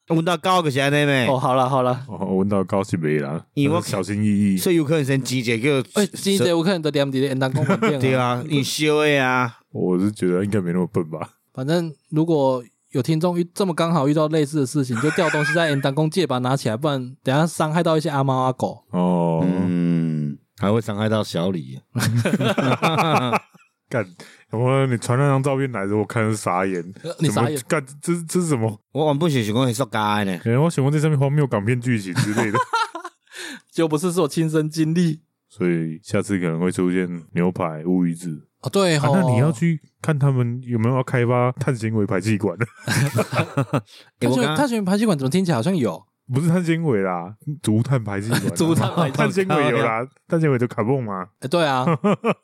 Speaker 1: 闻到狗就是安尼咩？
Speaker 3: 哦，好了好了，
Speaker 2: 哦，我闻到高兴没啦，
Speaker 1: 因为我
Speaker 2: 但是小心翼翼。
Speaker 1: 所以有可能先煎一个
Speaker 3: 哎、今天我看你的两滴的当公门店
Speaker 1: 对，啊，你烧的啊，
Speaker 2: 我是觉得应该没那么笨吧？
Speaker 3: 反正如果有听众遇这么刚好遇到类似的事情，就掉东西在 N 当公借把它拿起来，不然等一下伤害到一些阿猫阿狗。
Speaker 2: 哦，
Speaker 1: 嗯，还会伤害到小李。
Speaker 2: 干，我你传那张照片来的时候，我看是傻眼，
Speaker 3: 呃你傻眼
Speaker 2: 怎么干，这这这是什么？
Speaker 1: 我原本是想讲是塑胶的呢，
Speaker 2: 哎，我想问这上面荒谬港片剧情之类的，
Speaker 3: 就不是是我亲身经历
Speaker 2: 所以下次可能会出现牛排、乌鱼子。
Speaker 3: 哦，对
Speaker 2: 啊
Speaker 3: 吼、
Speaker 2: 那你要去看他们有没有要开发碳纤维排气管？
Speaker 1: 欸
Speaker 3: 碳
Speaker 1: 我
Speaker 3: 水
Speaker 1: 刚
Speaker 3: 碳水排气管怎么听起来好像有？
Speaker 2: 不是碳纤维啦，竹炭排气管 啊、
Speaker 3: 竹炭排气管
Speaker 2: 碳纤维有
Speaker 1: 哦
Speaker 2: 啦，碳纤维就卡泵嘛。
Speaker 3: 哎、对啊，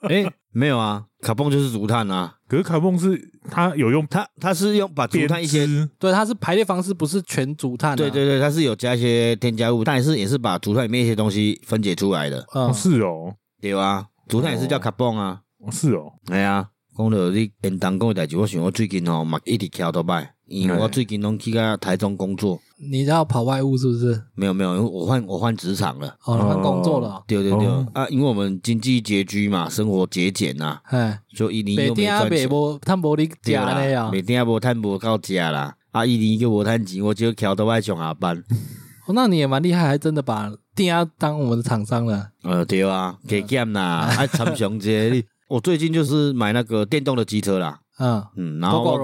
Speaker 1: 哎没有啊，卡泵就是竹炭啊，
Speaker 2: 可是卡泵是它有用
Speaker 1: 它它是用把竹
Speaker 2: 编
Speaker 1: 炭一些，
Speaker 2: 织
Speaker 3: 对，它是排列方式不是全竹炭、啊。
Speaker 1: 对对，对，它是有加一些添加物，但是也是把竹炭里面一些东西分解出来的，
Speaker 3: 嗯，
Speaker 2: 哦，是哦，
Speaker 1: 对啊，竹炭也是叫卡泵啊。
Speaker 2: 哦是哦，
Speaker 1: 哎呀，讲到你因当讲的代志，我想我最近吼哦嘛一直翘到摆，因为我
Speaker 2: 哎
Speaker 1: 最近拢去个台中工作，
Speaker 3: 你要跑外务是不是？
Speaker 1: 没有没有，因为我换我换职场了。
Speaker 3: 哦，你换工作了哦，
Speaker 1: 对对对、
Speaker 2: 哦
Speaker 1: 啊，因为我们经济拮据嘛，生活节俭啊呐，
Speaker 3: 哎，
Speaker 1: 就一年
Speaker 3: 北
Speaker 1: 又没
Speaker 3: 丁啊
Speaker 1: 赚
Speaker 3: 北
Speaker 1: 钱，
Speaker 3: 波，他无你
Speaker 1: 对
Speaker 3: 假的哦呀
Speaker 1: 啦，每。天也无趁无到家啦，啊一年又无趁钱，我就翘到摆上下 班。
Speaker 3: 哦那你也蛮厉害，还真的把丁啊当我们的厂商了。
Speaker 1: 呃，对啊，给减啦，
Speaker 3: 嗯
Speaker 1: 啊参详这 你。我最近就是买那个电动的机车啦，
Speaker 3: 嗯，
Speaker 1: 嗯，然后我个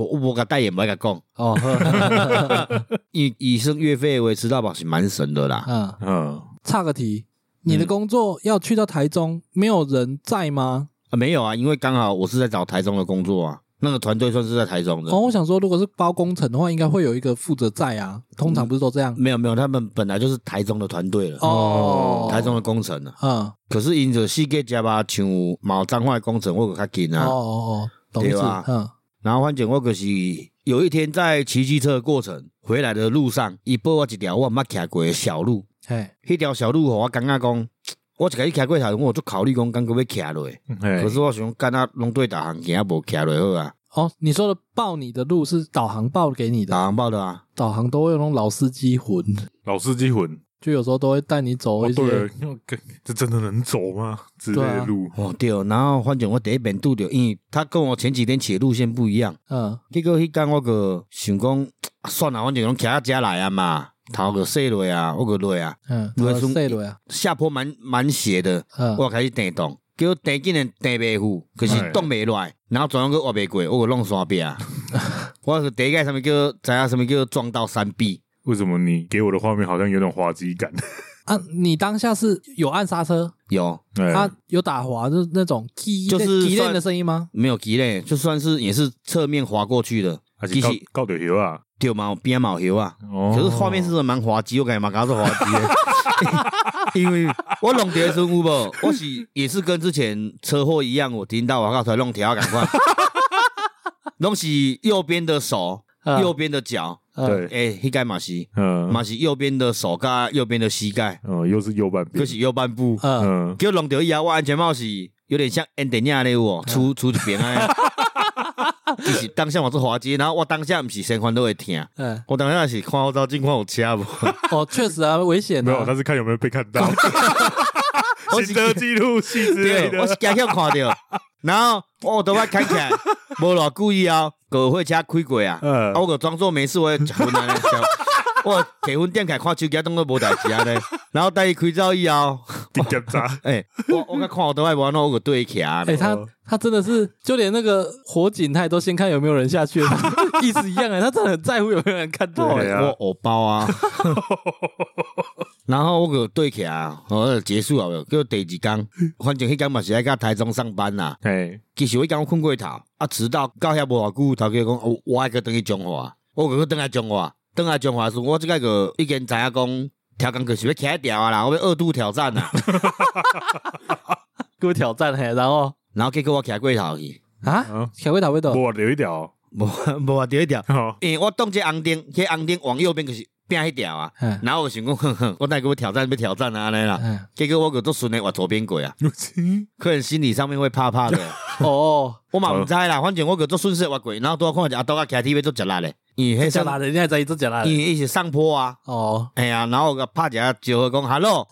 Speaker 1: 我我个代言不爱甲讲，
Speaker 3: 哦，呵
Speaker 1: 以以生月费为吃到饱是蛮神的啦。
Speaker 3: 嗯，
Speaker 2: 嗯，
Speaker 3: 岔个题，你的工作要去到台
Speaker 1: 嗯
Speaker 3: 中，没有人在吗？
Speaker 1: 啊，没有啊，因为刚好我是在找台中的工作啊，那个团队算是在台中的。
Speaker 3: 哦，我想说，如果是包工程的话，应该会有一个负责在啊，通常不是都这样。
Speaker 1: 没有没有，他们本来就是台中的团队了，
Speaker 3: 哦，
Speaker 1: 台中的工程啊。
Speaker 3: 嗯，
Speaker 1: 可是因着四个加吧，像毛彰化的工程我有较近
Speaker 3: 哦
Speaker 1: 啊。
Speaker 3: 哦哦，懂意
Speaker 1: 对
Speaker 3: 思，
Speaker 1: 吧
Speaker 3: 嗯，
Speaker 1: 然后反正我就是有一天在骑机车的过程回来的路上，伊报我一条我毋捌骑过的小路，
Speaker 3: 嘿，
Speaker 1: 迄条小路互我感觉讲，我一开始骑过头，我就考虑讲，敢个要骑落。
Speaker 2: 哎
Speaker 1: 可，是我想，干那拢对导航行啊，无骑落好啊，
Speaker 3: 哦，你说的报你的路是导航报给你的，
Speaker 1: 导航报的啊。
Speaker 3: 导航都会有那种老司机魂，
Speaker 2: 老司机魂，
Speaker 3: 就有时候都会带你走
Speaker 2: 哦
Speaker 3: 一
Speaker 2: 对
Speaker 3: 些。
Speaker 2: 了，因为这真的能走吗？之类
Speaker 3: 对啊
Speaker 2: 的路，
Speaker 1: 哦，对，然后反正我第一遍拄着，因为他跟我前几天骑的路线不一样，
Speaker 3: 嗯，
Speaker 1: 结果迄天我个想讲，啊算了，反正拢骑到遮来啊嘛，头个细落啊，我个落啊，
Speaker 3: 嗯，
Speaker 1: 如果
Speaker 3: 呃
Speaker 1: 是
Speaker 3: 塞雷啊，
Speaker 1: 下坡蛮蛮斜的，
Speaker 3: 嗯，
Speaker 1: 我开始颠动，结果颠竟然颠袂赴，可是
Speaker 2: 哎
Speaker 1: 动袂落来，然后转弯个 滑袂过，我个弄山壁啊，我是第一个什么叫知影什么叫撞到山壁，
Speaker 2: 为什么你给我的画面好像有点滑稽感？
Speaker 3: 啊，你当下是有按刹车，
Speaker 1: 有
Speaker 2: 哎
Speaker 3: 啊，有打滑，就是那种叽
Speaker 1: 就是
Speaker 3: 叽
Speaker 1: 算
Speaker 3: 的声音吗？
Speaker 1: 没有急嘞？就算是也是侧面滑过去的，
Speaker 2: 哎还是
Speaker 1: 其实
Speaker 2: 告告对球啊？
Speaker 1: 丢毛边毛球啊。
Speaker 2: 哦
Speaker 1: 可是画面是真的蛮滑稽，我感觉马嘎是滑稽的。 因为我弄碟生物不，我是也是跟之前车祸一样，我听到我靠才弄条赶 快，拢是右边的手，
Speaker 2: 嗯
Speaker 3: 啊
Speaker 1: 右边的脚，
Speaker 3: 呃，
Speaker 2: 对，
Speaker 1: 诶，迄个嘛是
Speaker 2: 嗯，
Speaker 1: 嘛是右边的手加右边的膝盖，
Speaker 2: 哦，又是右半边
Speaker 1: 可，是右半部，
Speaker 3: 呃，
Speaker 2: 嗯，
Speaker 1: 叫弄掉以后，我安全帽是有点像 N 电影那有
Speaker 2: 嗯
Speaker 1: 哦，出出一边 啊。其实当下我是滑稽，然后我当下不是身宽都会疼，
Speaker 3: 嗯，
Speaker 1: 我当下是看后照镜看有车无。
Speaker 3: 哦，确实啊，危险
Speaker 2: 没有，
Speaker 3: 的
Speaker 2: 他，是看有没有被看 到，行车记录器之类
Speaker 1: 对，我
Speaker 2: 的
Speaker 1: 是。今天看到，然后哦我头发牵起 来，无偌久以后，狗会车开过啊，啊，
Speaker 2: 嗯
Speaker 1: 我就装作没事，我食薰啊安尼笑。我结婚点开看手机，当做无代志啊安尼。然后带伊开走以后，
Speaker 2: 你检 查，
Speaker 1: 诶、哎我我甲看我头发无安怎，我就对伊起啊。
Speaker 3: 哎，他他真的是就连那个火警，他也都先看有没有人下去，意思一样哎，他真的很在乎有没有人看到
Speaker 2: 对
Speaker 3: 哎，
Speaker 2: 啊
Speaker 1: 我偶包 啊，然后我就对起啊，我就结束了，叫第二天，反正迄天嘛是爱甲台中上班啦。
Speaker 2: 哎，
Speaker 1: 其实我迄天我困过头，啊，直到到遐无偌久，头家讲哦我爱去等去中华，我个去等来中华，等来中华时，我即个个已经知影讲。调工就是要起来调啊啦，我要二度挑战啊啦。
Speaker 3: 给我挑战嘿，然后
Speaker 1: 然后结果我起来过头去，
Speaker 3: 啊
Speaker 2: 啊，
Speaker 3: 小鬼打会斗，
Speaker 2: 我留一条，
Speaker 1: 无无啊，调一调，
Speaker 2: 哦，
Speaker 1: 因为我当这红灯，迄红灯往右边就是变迄条啊。
Speaker 3: 嗯
Speaker 1: 然后我想讲，哼哼，我哪个要挑战，要挑战啊安尼 啦。
Speaker 3: 嗯，
Speaker 1: 结果我个都顺的往左边过啊，
Speaker 2: 嗯
Speaker 1: 客人心理上面会怕 怕的。
Speaker 3: 哦，
Speaker 1: 我嘛毋知啦，反正我个做顺势往过，然后拄好看到一个阿东啊骑 T V 做食力嘞，伊迄
Speaker 3: 假啦，
Speaker 1: 上，
Speaker 3: 人家在一直假啦，
Speaker 1: 伊伊是上坡啊，
Speaker 3: 哦，
Speaker 1: 哎呀，然后我个拍一下招呼讲 hello，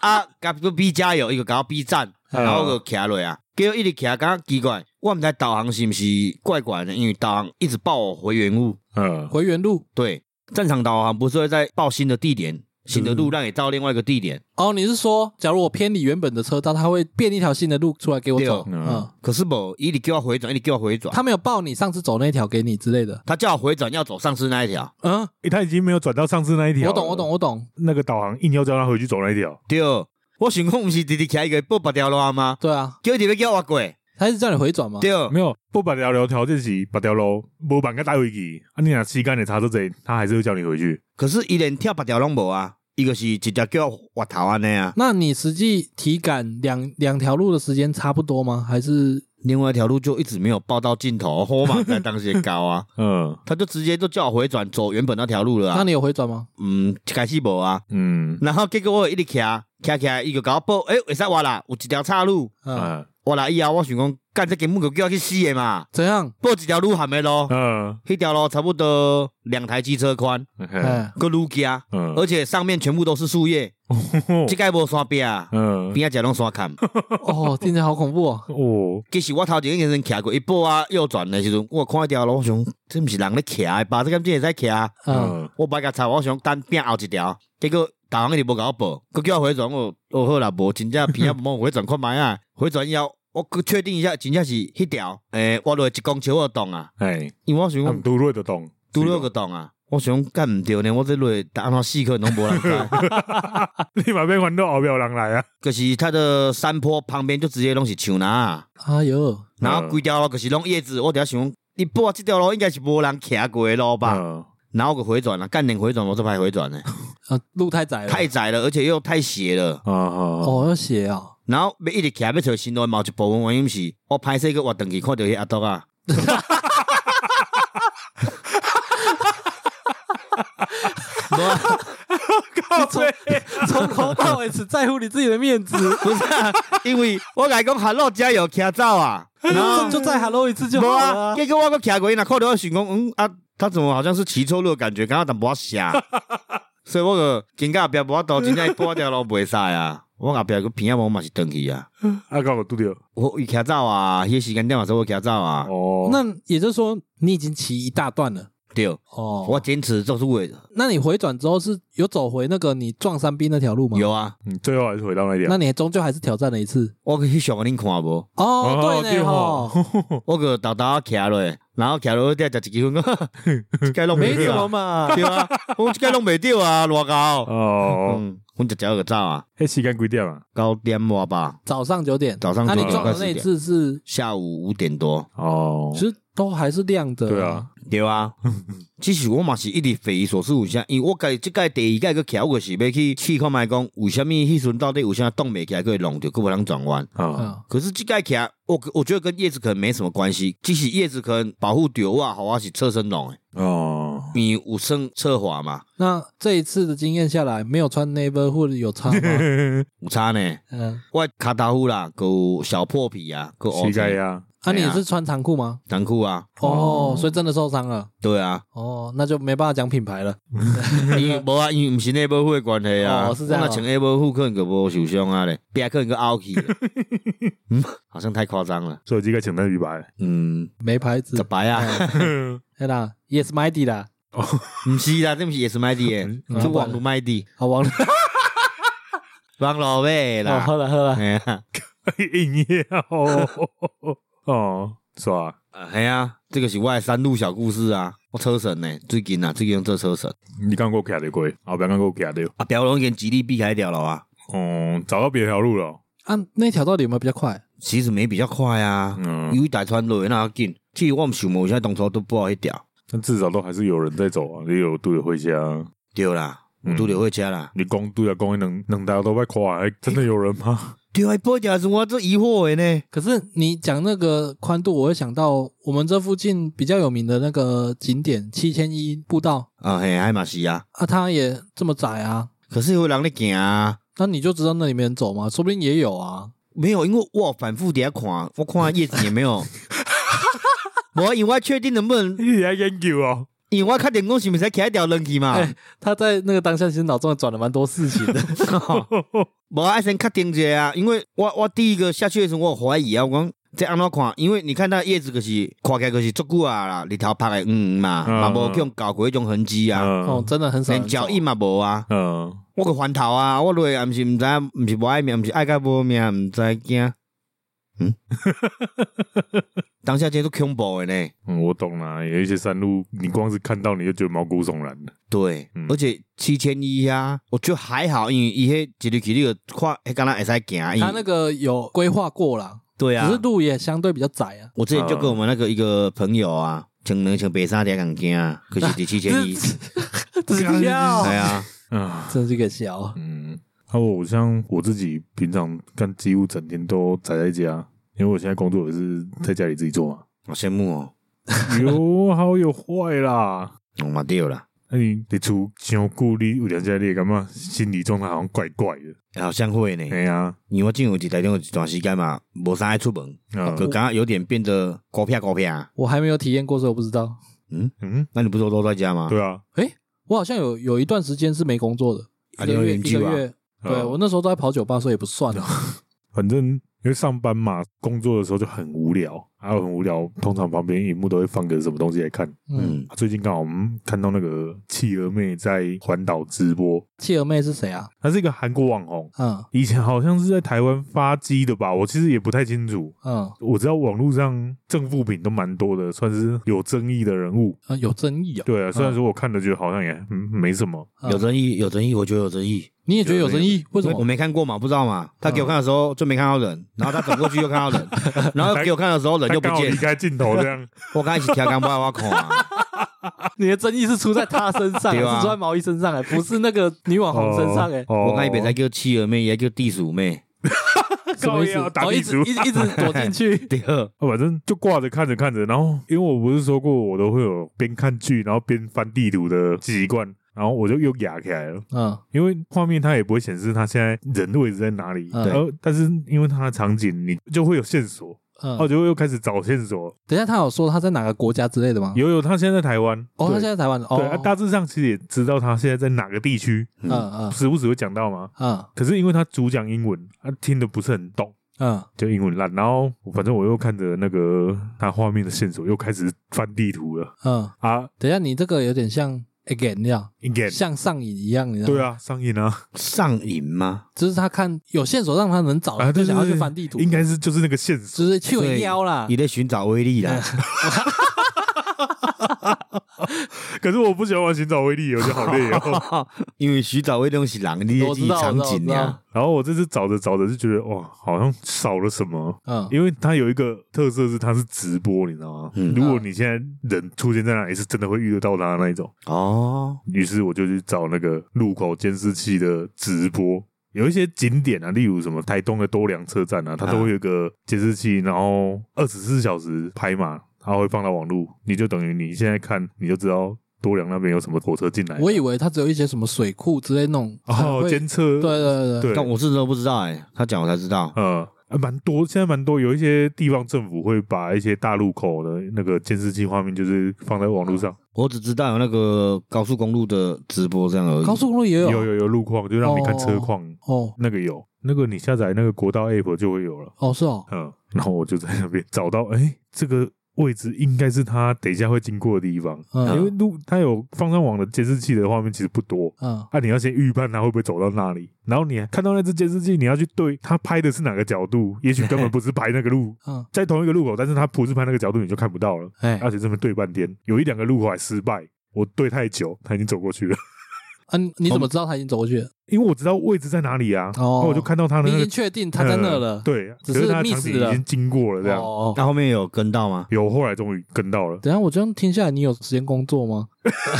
Speaker 1: 啊，甲个比加油，伊个甲我比赞，
Speaker 2: 嗯
Speaker 1: 然后我就骑落啊，结果一直骑感觉奇怪，我毋知导航是毋是怪怪的，因为导航一直报我回原路，
Speaker 2: 嗯，
Speaker 3: 回原路，
Speaker 1: 对，战场导航不是会在报新的地点，新的路让你到另外一个地点，
Speaker 3: 哦，你是说，假如我偏离原本的车道，它会变一条新的路出来给我走？
Speaker 2: 对
Speaker 3: 嗯
Speaker 2: 嗯，
Speaker 1: 可是无，伊直叫我回转，一直叫我回转，
Speaker 3: 他没有报你上次走那条给你之类的。
Speaker 1: 他叫我回转要走上次那一条，
Speaker 3: 嗯，
Speaker 2: 诶他已经没有转到上次那一条，
Speaker 3: 我懂，我懂，，我懂。
Speaker 2: 那个导航硬要叫他回去走那一条，
Speaker 1: 对，我想讲毋是直直骑一个报八条路吗？
Speaker 3: 对啊，
Speaker 1: 叫你要叫我过，
Speaker 3: 他是叫你回转吗？
Speaker 1: 对，啊
Speaker 2: 没有不把条条条件是把条路，无把个带回去，啊，你俩膝盖你查这贼，他还是会叫你回去，
Speaker 1: 可是伊连跳八条拢无啊，伊个是直接叫我滑头安尼啊，
Speaker 3: 那你实际体感两两条路的时间差不多吗？还是
Speaker 1: 另外一条路就一直没有报到尽头，我 嘛在当时高啊，
Speaker 2: 嗯
Speaker 1: 他就直接就叫我回转走原本那条路了
Speaker 3: 那
Speaker 1: 啊，
Speaker 3: 你有回转吗？
Speaker 1: 嗯，一开始无啊，
Speaker 2: 嗯
Speaker 1: 然后结果我一直骑，骑骑伊就甲我报，诶、会使我啦，有一条岔路，
Speaker 3: 嗯，
Speaker 2: 嗯
Speaker 1: 我啦以后我想讲，干这根本就叫我去死的嘛，
Speaker 3: 怎样？
Speaker 1: 报一条路含的咯，
Speaker 2: 嗯
Speaker 1: 迄条路差不多两台机车宽，
Speaker 2: ，OK，
Speaker 3: 哎，
Speaker 1: 个路加，
Speaker 2: 嗯
Speaker 1: 而且上面全部都是树叶，即个无山壁啊，
Speaker 2: 嗯，
Speaker 1: 边仔只拢山坎。
Speaker 3: 哦，听起来好恐怖哦。
Speaker 2: 哦，
Speaker 1: 其实我头前已经骑过一步啊，右转的时阵，我看条路，我想这毋是人咧骑的吧？这敢真会使骑？啊
Speaker 3: 嗯，
Speaker 2: 嗯
Speaker 1: 我白甲插，我想等变后一条，结果导航一直无甲我报，佮叫我回转，我哦好啦，无真正偏啊无回转看觅啊，回转以后我佮确定一下，真正是迄条，诶、我落一公尺我就动啊，
Speaker 2: 哎，
Speaker 1: 因为我想
Speaker 2: 他
Speaker 1: 讲
Speaker 2: 们都瑞的懂，
Speaker 1: 拄 落个动啊。我想干毋对呢，我这落打安怎死可拢无人 知，
Speaker 2: 立马被环到后边有人来啊，
Speaker 1: 就是它的山坡旁边就直接拢是树林啊，
Speaker 3: 哎呦，
Speaker 1: 然后规条路就是拢叶子，我伫遐想讲，你报即条路应该是无人骑过的路吧？
Speaker 2: 嗯
Speaker 1: 然后个回转了，干点回转，我这排回转呢，
Speaker 3: 呃，路太窄了，
Speaker 1: 太窄了，而且又太斜了。
Speaker 2: 啊啊，
Speaker 3: 哦，要 斜啊。
Speaker 1: 然后要一直骑，要找新路的某一部分原因是，我拍摄个活动去看到迄阿东 啊，无啊，
Speaker 3: 你从从头到尾只在乎你自己的 面子，
Speaker 1: 不是啊，因为我甲伊讲 hello 加油，骑走 啊，然后
Speaker 3: 就就再 hello 一次就
Speaker 1: 无
Speaker 3: 好了
Speaker 1: 啊，
Speaker 3: 啊。
Speaker 1: 结果我个骑过伊，若看到我想讲，嗯啊，他怎么好像是骑错路的感觉，感觉淡薄仔斜， 所以我个肩胛壁无法度，真正半条路袂使啊，我后壁个片仔无嘛是断去啊。
Speaker 2: 啊，刚我拄着，
Speaker 1: 我伊骑走啊，迄个时间点嘛，说我骑走啊，
Speaker 2: 哦，
Speaker 3: 那也就是说，你已经骑一大段了，
Speaker 1: 对，
Speaker 3: 哦，
Speaker 1: 我坚持做出的，
Speaker 3: 那你回转之后是有走回那个你撞山壁那条路吗？
Speaker 1: 有啊，
Speaker 2: 嗯，最后还是回到那一条
Speaker 3: 那。你终究还是挑战了一次。
Speaker 1: 我去上互恁看无，
Speaker 3: 哦，对呢，哦，
Speaker 2: 吼，
Speaker 1: 我个豆豆徛落，然后徛落底食一支烟， 即个弄
Speaker 3: 没
Speaker 1: 袂
Speaker 3: 什
Speaker 1: 着
Speaker 3: 么
Speaker 1: 啊，
Speaker 3: 嘛。
Speaker 1: 对啊，我即个弄袂着啊，偌高，
Speaker 2: 哦，
Speaker 1: 嗯，阮食食就走啊，
Speaker 2: 迄时间几点啊？
Speaker 1: 九点外吧，
Speaker 3: 早上九点，
Speaker 1: 早上
Speaker 3: 那、
Speaker 1: 九
Speaker 3: 你
Speaker 1: 点
Speaker 3: 撞的那一次是，
Speaker 1: 下午五点多，
Speaker 2: 哦
Speaker 3: 其，实都还是亮的。
Speaker 2: 对啊，，
Speaker 1: 对 啊，只是我嘛是一直匪夷所思，有啥？因为我家己即届第二届个徛，我就是要去试看觅讲，为什物迄时阵到底有啥挡袂起来，佫会弄着，佫无通转弯。
Speaker 2: 啊，
Speaker 3: 嗯，
Speaker 1: 可是这盖起来，我我觉得跟叶子可能没什么关系，即使叶子可能保护掉我，好我是侧身龙诶，
Speaker 3: 嗯
Speaker 2: 哦，
Speaker 1: 你有算侧滑嘛，
Speaker 3: 那这一次的经验下来，没有穿 neighborhood 有差吗？
Speaker 1: 有差呢。
Speaker 3: 嗯，
Speaker 1: 我卡达夫啦，有小破皮啊，有
Speaker 2: 膝盖啊，
Speaker 3: 啊，
Speaker 1: 对
Speaker 3: 你
Speaker 1: 啊
Speaker 3: 是穿长裤吗？
Speaker 1: 短裤啊，
Speaker 3: 哦
Speaker 2: 哦，
Speaker 3: 所以真的受伤了。
Speaker 1: 对啊，
Speaker 3: 哦，那就没办法讲品牌了。
Speaker 1: 因为无啊， 因为毋是内部户的关系啊，
Speaker 3: 哦是这样
Speaker 1: 我
Speaker 3: 哦
Speaker 1: 若穿内部户可能就无受伤啊咧，别可能个凹起， 嗯，好像太夸张了，
Speaker 2: 所以膝盖请那鱼白，
Speaker 1: 嗯，
Speaker 3: 没牌子
Speaker 1: 十，白啊，
Speaker 3: 哎 对啦，Yes Mighty 啦，
Speaker 1: 毋是啦，这毋是也是麦迪诶，
Speaker 2: 嗯
Speaker 1: 这网络麦迪，
Speaker 3: 好 王，
Speaker 1: 网络呗
Speaker 3: 哦，
Speaker 1: 啦，
Speaker 3: 喝了喝了，
Speaker 1: 哎呀，
Speaker 2: 硬要哎哦， 是吧？
Speaker 1: 哎呀，这个是我的山路小故事啊，我车神呢，最近啊，最近做车神，
Speaker 2: 你刚过卡的过，后边刚过卡的，
Speaker 1: 啊，表龙跟极力避开掉了啊，
Speaker 2: 哦，找到别条路了，
Speaker 3: 啊，那条到底有没有比较快？
Speaker 1: 其实没比较快啊，
Speaker 2: 嗯，
Speaker 1: 有一大川落那紧，其实我毋想，我现在当初都不好迄条，
Speaker 2: 但至少都还是有人在走啊，你有队友回家，
Speaker 1: 对啦，有拄着火车啦，
Speaker 2: 你讲对啊，讲能能大家都快垮，还真的有人吗？
Speaker 1: 对啊，报条是我做疑惑的呢，
Speaker 3: 可是你讲那个宽度，我会想到我们这附近比较有名的那个景点七千一步道
Speaker 1: 啊嘿，还嘛是啊，
Speaker 3: 啊，它也这么窄啊，
Speaker 1: 可是有人咧行啊，
Speaker 3: 那你就知道那里面走吗？说不定也有啊。
Speaker 1: 没有，因为我有反复底下看，我看叶子也没 有，无，啊因为我确定能不能，
Speaker 2: 你在研究哦，
Speaker 1: 因为我确定讲是毋是起一条扔去嘛，
Speaker 3: 哎他在那个当下，其实脑中也转了蛮多事情的。
Speaker 1: 无爱先确定一下啊，因为我我第一个下去的时候，我有怀疑啊，我讲这安怎看？因为你看那叶子就是看起来就是足久啊啦，日头拍的黄黄嘛，
Speaker 2: 嗯
Speaker 1: 嘛无去用搞过迄种痕迹啊，
Speaker 3: 哦，
Speaker 2: 嗯
Speaker 3: 真的很少人
Speaker 1: 连
Speaker 3: 走
Speaker 1: 脚印嘛无啊，
Speaker 2: 嗯，
Speaker 1: 我个翻头啊，我落去也毋是毋知，毋是无爱命，毋是爱甲无命，毋知惊。 嗯，当下这都恐怖的呢。
Speaker 2: 嗯我懂啦，有一些山路，你光是看到你就觉得毛骨悚然的，
Speaker 1: 对，
Speaker 2: 嗯
Speaker 1: 而且七千一啊，我觉得还好，因为伊迄一日去你个看，迄敢若会使行。
Speaker 3: 他
Speaker 1: 个
Speaker 3: 那个有规划过啦，
Speaker 1: 对
Speaker 3: 只
Speaker 1: 啊
Speaker 3: 是，路也相对比较窄啊。
Speaker 1: 我之前就跟我们那个一个朋友啊，穿两穿白衫底敢行啊，可是伫七千 一，
Speaker 3: 这是笑，
Speaker 1: 哎呀，
Speaker 2: 啊，
Speaker 3: 真是个笑。
Speaker 2: 嗯，啊，我像我自己平常干几乎整天都宅在家，因为我现在工作也是在家里自己做 嘛，
Speaker 1: 好羡慕哦，
Speaker 2: 有好有坏啦。
Speaker 1: 我嘛对啦，
Speaker 2: 那你你出想顾虑有两家你感觉心理状态好像怪怪的，
Speaker 1: 好像会呢，
Speaker 2: 哎呀，
Speaker 1: 因为我进有一台中有一段时间嘛，无啥爱出门，
Speaker 3: 嗯
Speaker 2: 啊
Speaker 1: 可刚刚有点变得高撇高撇啊。
Speaker 3: 我还没有体验过，所以我不知道。
Speaker 2: 嗯，
Speaker 1: 那你不是都在家吗？
Speaker 2: 对啊，
Speaker 3: 我好像有有一段时间是没工作的，
Speaker 1: 啊
Speaker 3: 一个
Speaker 1: 你有
Speaker 3: 月
Speaker 1: 点
Speaker 3: 一
Speaker 1: 计
Speaker 3: 个
Speaker 1: 划
Speaker 3: 月。对
Speaker 1: 哦
Speaker 3: 啊
Speaker 2: 呃
Speaker 3: 我那时候都在跑酒吧，所以也不算。
Speaker 2: 反正因为上班嘛，工作的时候就很无聊，还有很无聊，通常旁边荧幕都会放个什么东西来看。啊
Speaker 3: 嗯，
Speaker 1: 嗯，
Speaker 2: 最近刚好我们看到那个企鹅妹在环岛直播，
Speaker 3: 企鹅妹是谁啊？
Speaker 2: 她是一个韩国网红，
Speaker 3: 嗯
Speaker 2: 以前好像是在台湾发迹的吧，我 其实也不太清楚。
Speaker 3: 嗯，
Speaker 2: 我知道网络上正负品都蛮多的，算是有争议的人物。
Speaker 3: 呃有争议哦。
Speaker 2: 对啊，虽然说我看了觉得好像也嗯没什么，
Speaker 3: 嗯
Speaker 1: 有争议，有争议，我觉得有争议。
Speaker 3: 你也觉得有争议？为什
Speaker 1: 我
Speaker 3: 么？啊
Speaker 1: 没看过嘛，不知道嘛。他给我看的时候就没看到人，然后他走过去又看到 人，然后给我看的时
Speaker 3: 嗯
Speaker 1: 候人
Speaker 2: 他
Speaker 1: 又不
Speaker 2: 刚好
Speaker 1: 见
Speaker 2: 离。开镜头这样。
Speaker 1: 我刚一起调侃不爱挖孔 啊，
Speaker 3: 你的争议是出在他身 上，
Speaker 1: 对啊
Speaker 3: 是出在毛衣身上，哎，不是那个女网红身上，哎，
Speaker 2: 哦
Speaker 1: 我刚一边在叫妻儿妹，也叫地鼠妹。。
Speaker 3: 什么意思？
Speaker 2: 靠腰啊打
Speaker 3: 哦，一
Speaker 2: 地
Speaker 3: 直
Speaker 2: 主
Speaker 3: 一直一直躲进去
Speaker 1: 对，
Speaker 2: 啊反正就挂着看着看着，然后因为我不是说过我都会有边看剧然后边翻地图的习惯，然后我就又哑起来了。
Speaker 3: 嗯
Speaker 2: 因为画面它也不会显示它现在人的位置在哪里，
Speaker 3: 嗯
Speaker 2: 而但是因为它的场景，你就会有线索，
Speaker 3: 嗯
Speaker 2: 然哦后，就会又开始找线索。
Speaker 3: 等一下他有说他在哪个国家之类的吗？
Speaker 2: 有有，他现在在台湾，
Speaker 3: 哦，
Speaker 2: 对
Speaker 3: 他现在在台湾的哦
Speaker 2: 对、啊，，大致上其实也知道他现在在哪个地区，
Speaker 3: 嗯嗯
Speaker 2: 时不时会讲到嘛。
Speaker 3: 嗯
Speaker 2: 啊可是因为他主讲英文，他听得不是很懂，
Speaker 3: 嗯，
Speaker 2: 就英文烂。然后反正我又看着那个它画面的线索，又开始翻地图了
Speaker 3: 嗯，
Speaker 2: 啊
Speaker 3: 等一下，你这个有点像 again 一样，
Speaker 2: ，again，
Speaker 3: 像上瘾一样，你知道吗？
Speaker 2: 对啊，上瘾啊，
Speaker 1: 上瘾吗？
Speaker 3: 就是他看有线索让他能找，
Speaker 2: 啊，
Speaker 3: 就
Speaker 2: 对
Speaker 3: 想要去
Speaker 2: 对
Speaker 3: 翻地图，
Speaker 2: 应该是就是那个线索，
Speaker 3: 就是去尾腰啦
Speaker 1: 你。在寻找威力啦，
Speaker 2: 可是我不喜欢玩寻找威力，我觉得好累 哦。
Speaker 1: 因为寻找威力是人，你
Speaker 3: 我
Speaker 1: 的
Speaker 3: 知
Speaker 1: 异
Speaker 3: 道
Speaker 1: 场
Speaker 3: 我知
Speaker 1: 景
Speaker 3: 道
Speaker 1: 呀。
Speaker 2: 然后我这次找着找着就觉得哇，好像少了什么，
Speaker 3: 嗯，
Speaker 2: 因为它有一个特色是它是直播，你知道吗？
Speaker 1: 嗯
Speaker 2: 如果你现在人出现在那里，是真的会遇得到它的那一种。
Speaker 1: 哦，
Speaker 2: 于是我就去找那个路口监视器的直播，有一些景点啊，例如什么台东的多良车站啊，它都会有一个监视器，然后二十四小时拍嘛，它会放到网路，你就等于你现在看，你就知道多良那边有什么火车进来。
Speaker 3: 我以为他只有一些什么水库之类那种，才
Speaker 2: 哦
Speaker 3: 会，
Speaker 2: 监测
Speaker 3: 对对对，
Speaker 2: 对，
Speaker 1: 但我是都不知道哎，他讲我才知道。
Speaker 2: 呃，啊蛮多，现在蛮多，有一些地方政府会把一些大路口的那个监视器画面，就是放在网络上，
Speaker 1: 我只知道有那个高速公路的直播这样而已。
Speaker 3: 高速公路也
Speaker 2: 有
Speaker 3: 有
Speaker 2: 有有路况，就让你看车况，
Speaker 3: 哦
Speaker 2: 那个有，那个你下载那个国道 app 就会有了。
Speaker 3: 哦是哦，
Speaker 2: 嗯，然后我就在那边找到，哎，这个位置应该是他等一下会经过的地方，
Speaker 3: 嗯
Speaker 2: 因为路他有放上网的监视器的画面其实不多。
Speaker 3: 嗯
Speaker 2: 啊！你要先预判他会不会走到那里，然后你还看到那只监视器，你要去对他拍的是哪个角度，也许根本不是拍那个路，
Speaker 3: 嗯，
Speaker 2: 在同一个路口，但是他不是拍那个角度，你就看不到了。
Speaker 3: 哎
Speaker 2: 而且这边对半天，有一两个路口还失败，我对太久，他已经走过去了。
Speaker 3: 啊，你你怎么知道他已经走过去了？
Speaker 2: 因为我知道位置在哪里啊，然
Speaker 3: 哦
Speaker 2: 后我就看到他的
Speaker 3: 你
Speaker 2: 那
Speaker 3: 已
Speaker 2: 个
Speaker 3: 经确定他在那了，
Speaker 2: 呃，对，可
Speaker 3: 只是
Speaker 2: 是他的
Speaker 3: miss
Speaker 2: 场景
Speaker 3: 了
Speaker 2: 已经经过了这样。
Speaker 3: 哦。
Speaker 1: 那后面有跟到吗？
Speaker 2: 有后来终于跟到了
Speaker 3: ，等一下，我这样听下来，你有时间工作吗？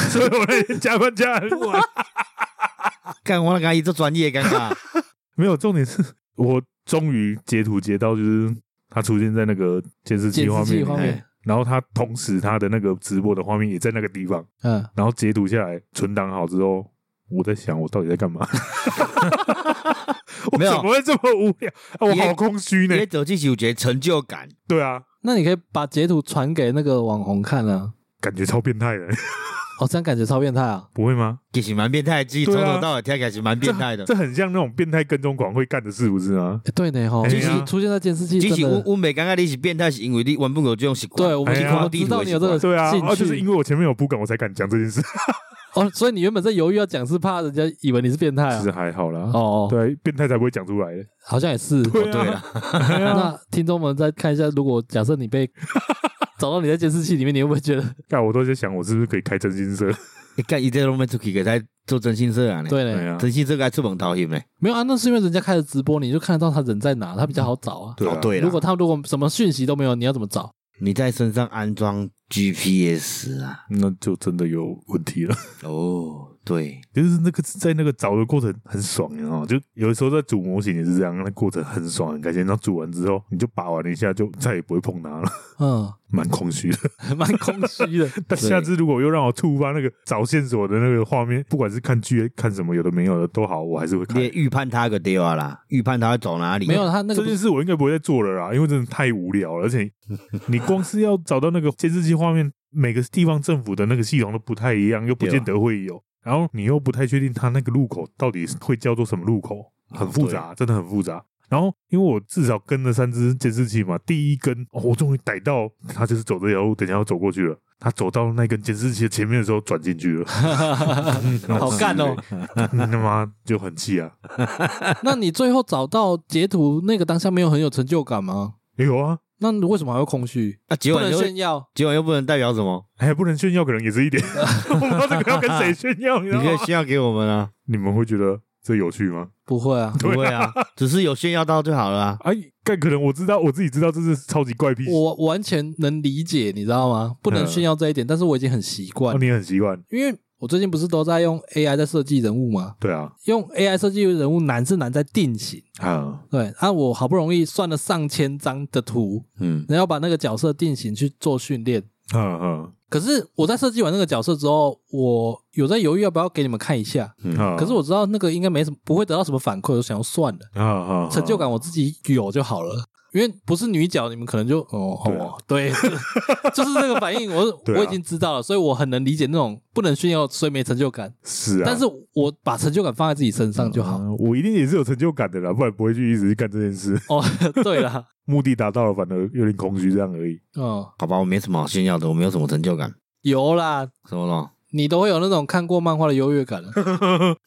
Speaker 2: 所以我那天加班加很 晚。
Speaker 1: 干我那个伊做专业干嘛？
Speaker 2: 没有，重点是我终于截图截到，就是他出现在那个监视器
Speaker 3: 监
Speaker 2: 画
Speaker 3: 视
Speaker 2: 面哎
Speaker 3: 器
Speaker 2: 里
Speaker 3: 方
Speaker 2: 面，
Speaker 3: 面，
Speaker 2: 然后他同时他的那个直播的画面也在那个地方，
Speaker 3: 嗯，
Speaker 2: 然后截图下来存档好之后，我在想我到底在干嘛？我
Speaker 1: 没有
Speaker 2: 怎么会这么无聊？啊、我好空虚呢
Speaker 1: 你。走进去有觉得成就感，
Speaker 2: 对啊，
Speaker 3: 那你可以把截图传给那个网红看啊。
Speaker 2: 感觉超变态的，
Speaker 3: 哦，这样感觉超变态啊！
Speaker 2: 不会吗？
Speaker 1: 其实蛮变态的，自己从
Speaker 2: 对啊
Speaker 1: 头到尾听起来是蛮变态的。
Speaker 2: 这很像那种变态跟踪狂会干的事，不是吗？
Speaker 3: 诶对呢，哈，
Speaker 2: 哎
Speaker 3: 就
Speaker 2: 呀
Speaker 3: 是出现在监视器，
Speaker 1: 其
Speaker 3: 真
Speaker 1: 实我
Speaker 3: 的，
Speaker 1: 我没感觉你是变态，是因为你原本有这种习惯。
Speaker 3: 对我啊们
Speaker 2: 哎呀
Speaker 3: 我们知道你有这个
Speaker 2: 对啊，
Speaker 3: 兴
Speaker 2: 啊，就是
Speaker 3: 趣
Speaker 2: 因为我前面有不敢，我才敢讲这件事。
Speaker 3: 哦，所以你原本在犹豫要讲，是怕人家以为你是变态啊
Speaker 2: 其实？还好啦，
Speaker 3: 哦哦，
Speaker 2: 对，变态才不会讲出来的。
Speaker 3: 好像也是。
Speaker 2: 对
Speaker 1: 对
Speaker 2: 啊，
Speaker 1: 了，
Speaker 2: 对啊
Speaker 3: 那听众们再看一下，如果假设 你被找到你在监视器里面，你会不会觉得
Speaker 2: 干我都在想，我是不是可以开真心社？
Speaker 1: 你看伊这拢没出去，给他做真心社啊呢？，
Speaker 3: 对
Speaker 2: 对
Speaker 3: 呢？
Speaker 2: 啊，
Speaker 1: 真心社该出门道歉呢。
Speaker 3: 没有啊，那是因为人家开了直播，你就看得到他人在哪，他比较好找啊。
Speaker 2: 对啊
Speaker 1: 哦，对
Speaker 3: 如
Speaker 1: 了，
Speaker 3: 果他如果什么讯息都没有，你要怎么找？
Speaker 1: 你在身上安装 GPS 啊？
Speaker 2: 那就真的有问题了。
Speaker 1: 哦，对，
Speaker 2: 就是那个在那个找的过程很爽，你知道吗？就有的时候在组模型也是这样，那过程很爽，很开心。然后组完之后，你就把玩了一下，就再也不会碰它了，
Speaker 3: 嗯，
Speaker 2: 蛮空虚的。
Speaker 3: 蛮空虚的。
Speaker 2: 但下次如果又让我触发那个找线索的那个画面，不管是看剧、看什么有的没有的都好，我还是会看
Speaker 1: 你。也预判他个对啊啦，预判他会走哪里？
Speaker 3: 没有，他那个
Speaker 2: 这
Speaker 3: 不
Speaker 2: 件
Speaker 3: 是
Speaker 2: 事我应该不会再做了啦，因为真的太无聊了，而且 你光是要找到那个监视器画面，每个地方政府的那个系统都不太一样，又不
Speaker 3: 啊
Speaker 2: 见得会有，然后你又不太确定它那个路口到底会叫做什么路口，
Speaker 3: 啊
Speaker 2: 很复杂，真的很复杂。然后，因为我至少跟了三只监视器嘛，第一根、哦、我终于逮到，他就是走这条路，等一下要走过去了。他走到那根监视器的前面的时候，转进 去了，嗯
Speaker 3: 好干哦。
Speaker 2: 他嗯妈就很气啊！
Speaker 3: 那你最后找到截图那个当下没有很有成就感吗？
Speaker 2: 有啊，
Speaker 3: 那你为什么还会空虚？
Speaker 1: 啊，结
Speaker 3: 不
Speaker 1: 果
Speaker 3: 能
Speaker 1: 又
Speaker 3: 炫耀，
Speaker 1: 结果又不能代表什么？
Speaker 2: 哎，不能炫耀，可能也是一 点。我不知道这个要跟谁炫耀，你
Speaker 1: 你
Speaker 2: 知道
Speaker 1: 可
Speaker 2: 吗
Speaker 1: 以？炫耀给我们啊？
Speaker 2: 你们会觉得这有趣吗？
Speaker 3: 不会啊。
Speaker 1: 不会啊，只是有炫耀到就好了啊。
Speaker 2: 哎，但可能我知道，我自己知道这是超级怪癖，
Speaker 3: 我完全能理解，你知道吗？不能
Speaker 2: 嗯
Speaker 3: 炫耀这一点，但是我已经很习惯
Speaker 2: 哦，，你很习惯，
Speaker 3: 因为我最近不是都在用 AI 在设计人物吗？
Speaker 2: 对 啊，
Speaker 3: 用 AI 设计人物难是难在定型，
Speaker 2: 啊，
Speaker 3: 对啊，我好不容易算了上千张的图，
Speaker 1: 嗯，
Speaker 3: 然后把那个角色定型去做训练。
Speaker 2: 嗯嗯
Speaker 3: 可是我在设计完那个角色之后，我有在犹豫要不要给你们看一下。
Speaker 2: 嗯，
Speaker 3: 可是我知
Speaker 2: 嗯
Speaker 3: 道那个应该没什么，不会得到什么反馈，我就想要算了，
Speaker 2: 啊啊，
Speaker 3: 成就感我自己有就好了。因为不是女角，你们可能就哦
Speaker 2: 对啊
Speaker 3: 哦，对，就 就是这个反应，我
Speaker 2: 对啊
Speaker 3: 我已经知道了，所以我很能理解那种不能炫耀，所以没成就感。
Speaker 2: 是啊，
Speaker 3: 但是我把成就感放在自己身上就好。
Speaker 2: 嗯我一定也是有成就感的啦，不然不会去一直去干这件事。
Speaker 3: 哦， 对了，
Speaker 2: 目的达到了，反而有点空虚这样而已。
Speaker 3: 嗯，
Speaker 1: 好吧，我没什么好炫耀的，我没有什么成就感，
Speaker 3: 有啦，
Speaker 1: 什么咯？
Speaker 3: 你都会有那种看过漫画的优越 感了。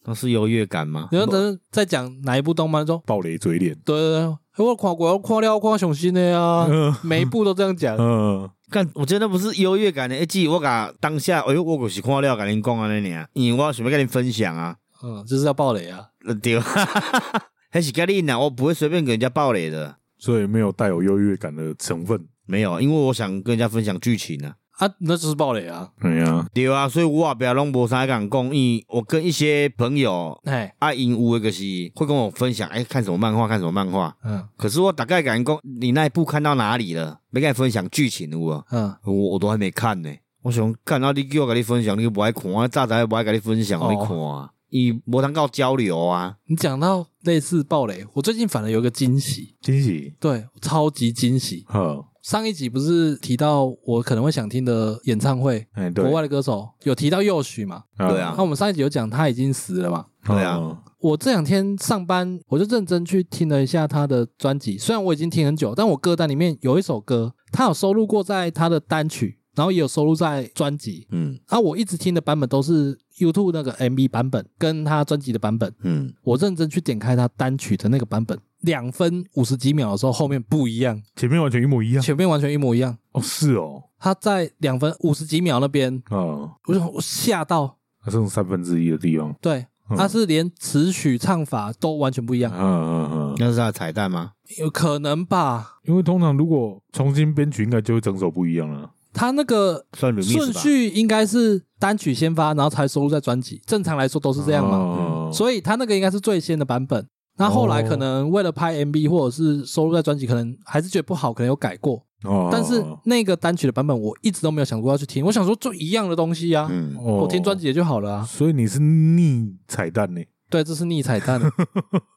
Speaker 1: 那是优越感吗？
Speaker 3: 你要等再讲哪一部动漫中，
Speaker 2: 暴雷嘴脸，
Speaker 3: 对对对，欸我看过，我看了，我看雄心的呀，
Speaker 2: 嗯
Speaker 3: 每一部都这样讲。
Speaker 2: 嗯，
Speaker 1: 干，我觉得不是优越感的，一记我甲当下，哎呦，我就是看了，甲恁讲安尼尔，啊因为我想要跟恁分享啊，
Speaker 3: 嗯，就是要爆雷啊。
Speaker 1: 呃对， 还是跟你呐，我不会随便给人家爆雷的，
Speaker 2: 所以没有带有优越感的成分。
Speaker 1: 没有，因为我想跟人家分享剧情啊。
Speaker 3: 啊，那就是暴雷啊！
Speaker 2: 哎呀，
Speaker 1: 对啊，所以我也不要拢无啥敢讲，因为我跟一些朋友
Speaker 3: 哎，
Speaker 1: 啊，因有的就是会跟我分享，哎、看什么漫画，看什么漫画。
Speaker 3: 嗯
Speaker 1: 可是我大概敢讲，你那一部看到哪里了？没跟你分享剧情有无？
Speaker 3: 嗯，
Speaker 1: 我我都还没看呢、我想看到你叫我跟你分享，你又不爱看，我早知道不爱跟你分享，
Speaker 3: 哦
Speaker 1: 我没看啊。伊无通够交流啊，
Speaker 3: 你讲到类似暴雷，我最近反而有一个惊喜，
Speaker 2: 惊喜，嗯
Speaker 3: 对，超级惊喜。
Speaker 2: 呵，
Speaker 3: 上一集不是提到我可能会想听的演唱会，
Speaker 2: 哎，对，
Speaker 3: 国外的歌手有提到幼许嘛？
Speaker 1: 对啊
Speaker 3: 那我们上一集有讲他已经死了嘛？
Speaker 1: 对啊
Speaker 2: 嗯，
Speaker 3: 我这两天上班，我就认真去听了一下他的专辑。虽然我已经听很久，但我歌单里面有一首歌，他有收录过在他的单曲，然后也有收录在专辑。
Speaker 1: 嗯
Speaker 3: 啊，我一直听的版本都是 YouTube 那个 MV 版本跟他专辑的版本。
Speaker 1: 嗯，
Speaker 3: 我认真去点开他单曲的那个版本，两分五十几秒的时候，后面不一样，
Speaker 2: 前面完全一模一样。
Speaker 3: 前面完全一模一样。
Speaker 2: 哦，是哦，
Speaker 3: 他在两分五十几秒那边，
Speaker 2: 啊，
Speaker 3: 我就我吓到，
Speaker 2: 它剩三分之一的地方，
Speaker 3: 对，
Speaker 2: 嗯
Speaker 3: 他是连词曲唱法都完全不一
Speaker 2: 嗯
Speaker 3: 样，
Speaker 2: 嗯嗯，
Speaker 1: 那是他的彩蛋吗？
Speaker 3: 有可能吧？
Speaker 2: 因为通常如果重新编曲，应该就会整首不一样了。
Speaker 3: 他那个
Speaker 1: 算 remix
Speaker 3: 顺
Speaker 1: 吧。
Speaker 3: 序应该是单曲先发，然后才收录在专辑。正常来说都是这样嘛，
Speaker 2: 哦
Speaker 3: 所以他那个应该是最先的版本。那后来可能为了拍 MV 或者是收录在专辑，可能还是觉得不好，可能有改过。
Speaker 2: 哦
Speaker 3: 但是那个单曲的版本，我一直都没有想过要去听。我想说，就一样的东西啊，
Speaker 1: 嗯，
Speaker 3: 我
Speaker 2: 我
Speaker 3: 听专辑，也就好了啊。
Speaker 2: 所以你是逆彩蛋呢？
Speaker 3: 对，这是逆彩蛋。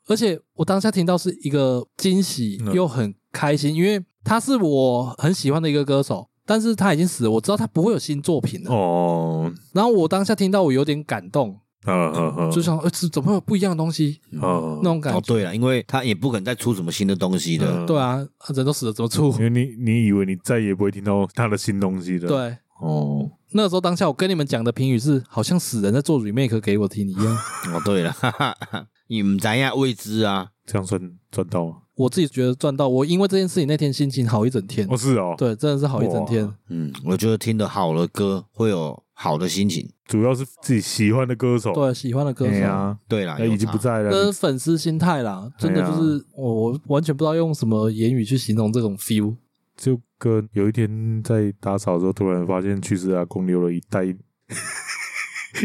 Speaker 3: 而且我当下听到是一个惊喜
Speaker 2: 嗯
Speaker 3: 又很开心，因为他是我很喜欢的一个歌手，但是他已经死了，我知道他不会有新作品了。
Speaker 2: 哦，
Speaker 3: 然后我当下听到，我有点感动，
Speaker 2: 啊啊啊，
Speaker 3: 就想，呃，这怎么会有不一样的东西？
Speaker 2: 啊
Speaker 3: 那，种感
Speaker 1: 哦，
Speaker 3: 觉，
Speaker 1: 对了，因为他也不可能再出什么新的东西的。
Speaker 2: 嗯
Speaker 3: 对啊，啊人都死了，怎么出？
Speaker 2: 因为你你以为你再也不会听到他的新东西了。，
Speaker 3: 对，
Speaker 2: 哦，
Speaker 3: 那个时候当下我跟你们讲的评语是，好像死人在做 remake 给我听一样。
Speaker 1: 哦，对了，哈哈哈 你们咱呀未知啊，
Speaker 2: 这样算赚到吗？
Speaker 3: 我自己觉得赚到，我因为这件事情那天心情好一整天，
Speaker 2: 哦，是哦，，
Speaker 3: 对，真的是好一整天
Speaker 2: 哇。
Speaker 1: 嗯，我觉得听得好的歌会有好的心情。
Speaker 2: 主要是自己喜欢的歌手，
Speaker 3: 对，喜欢的歌
Speaker 2: 哎
Speaker 3: 手，
Speaker 2: 呀，
Speaker 1: 对啦，
Speaker 2: 那
Speaker 1: 有
Speaker 2: 已经
Speaker 1: 差
Speaker 2: 不在了，
Speaker 3: 那是粉丝心态啦，真的
Speaker 2: 哎呀
Speaker 3: 就是我我完全不知道用什么言语去形容这种 feel。
Speaker 2: 就跟有一天在打扫的时候，突然发现去世阿公留了一袋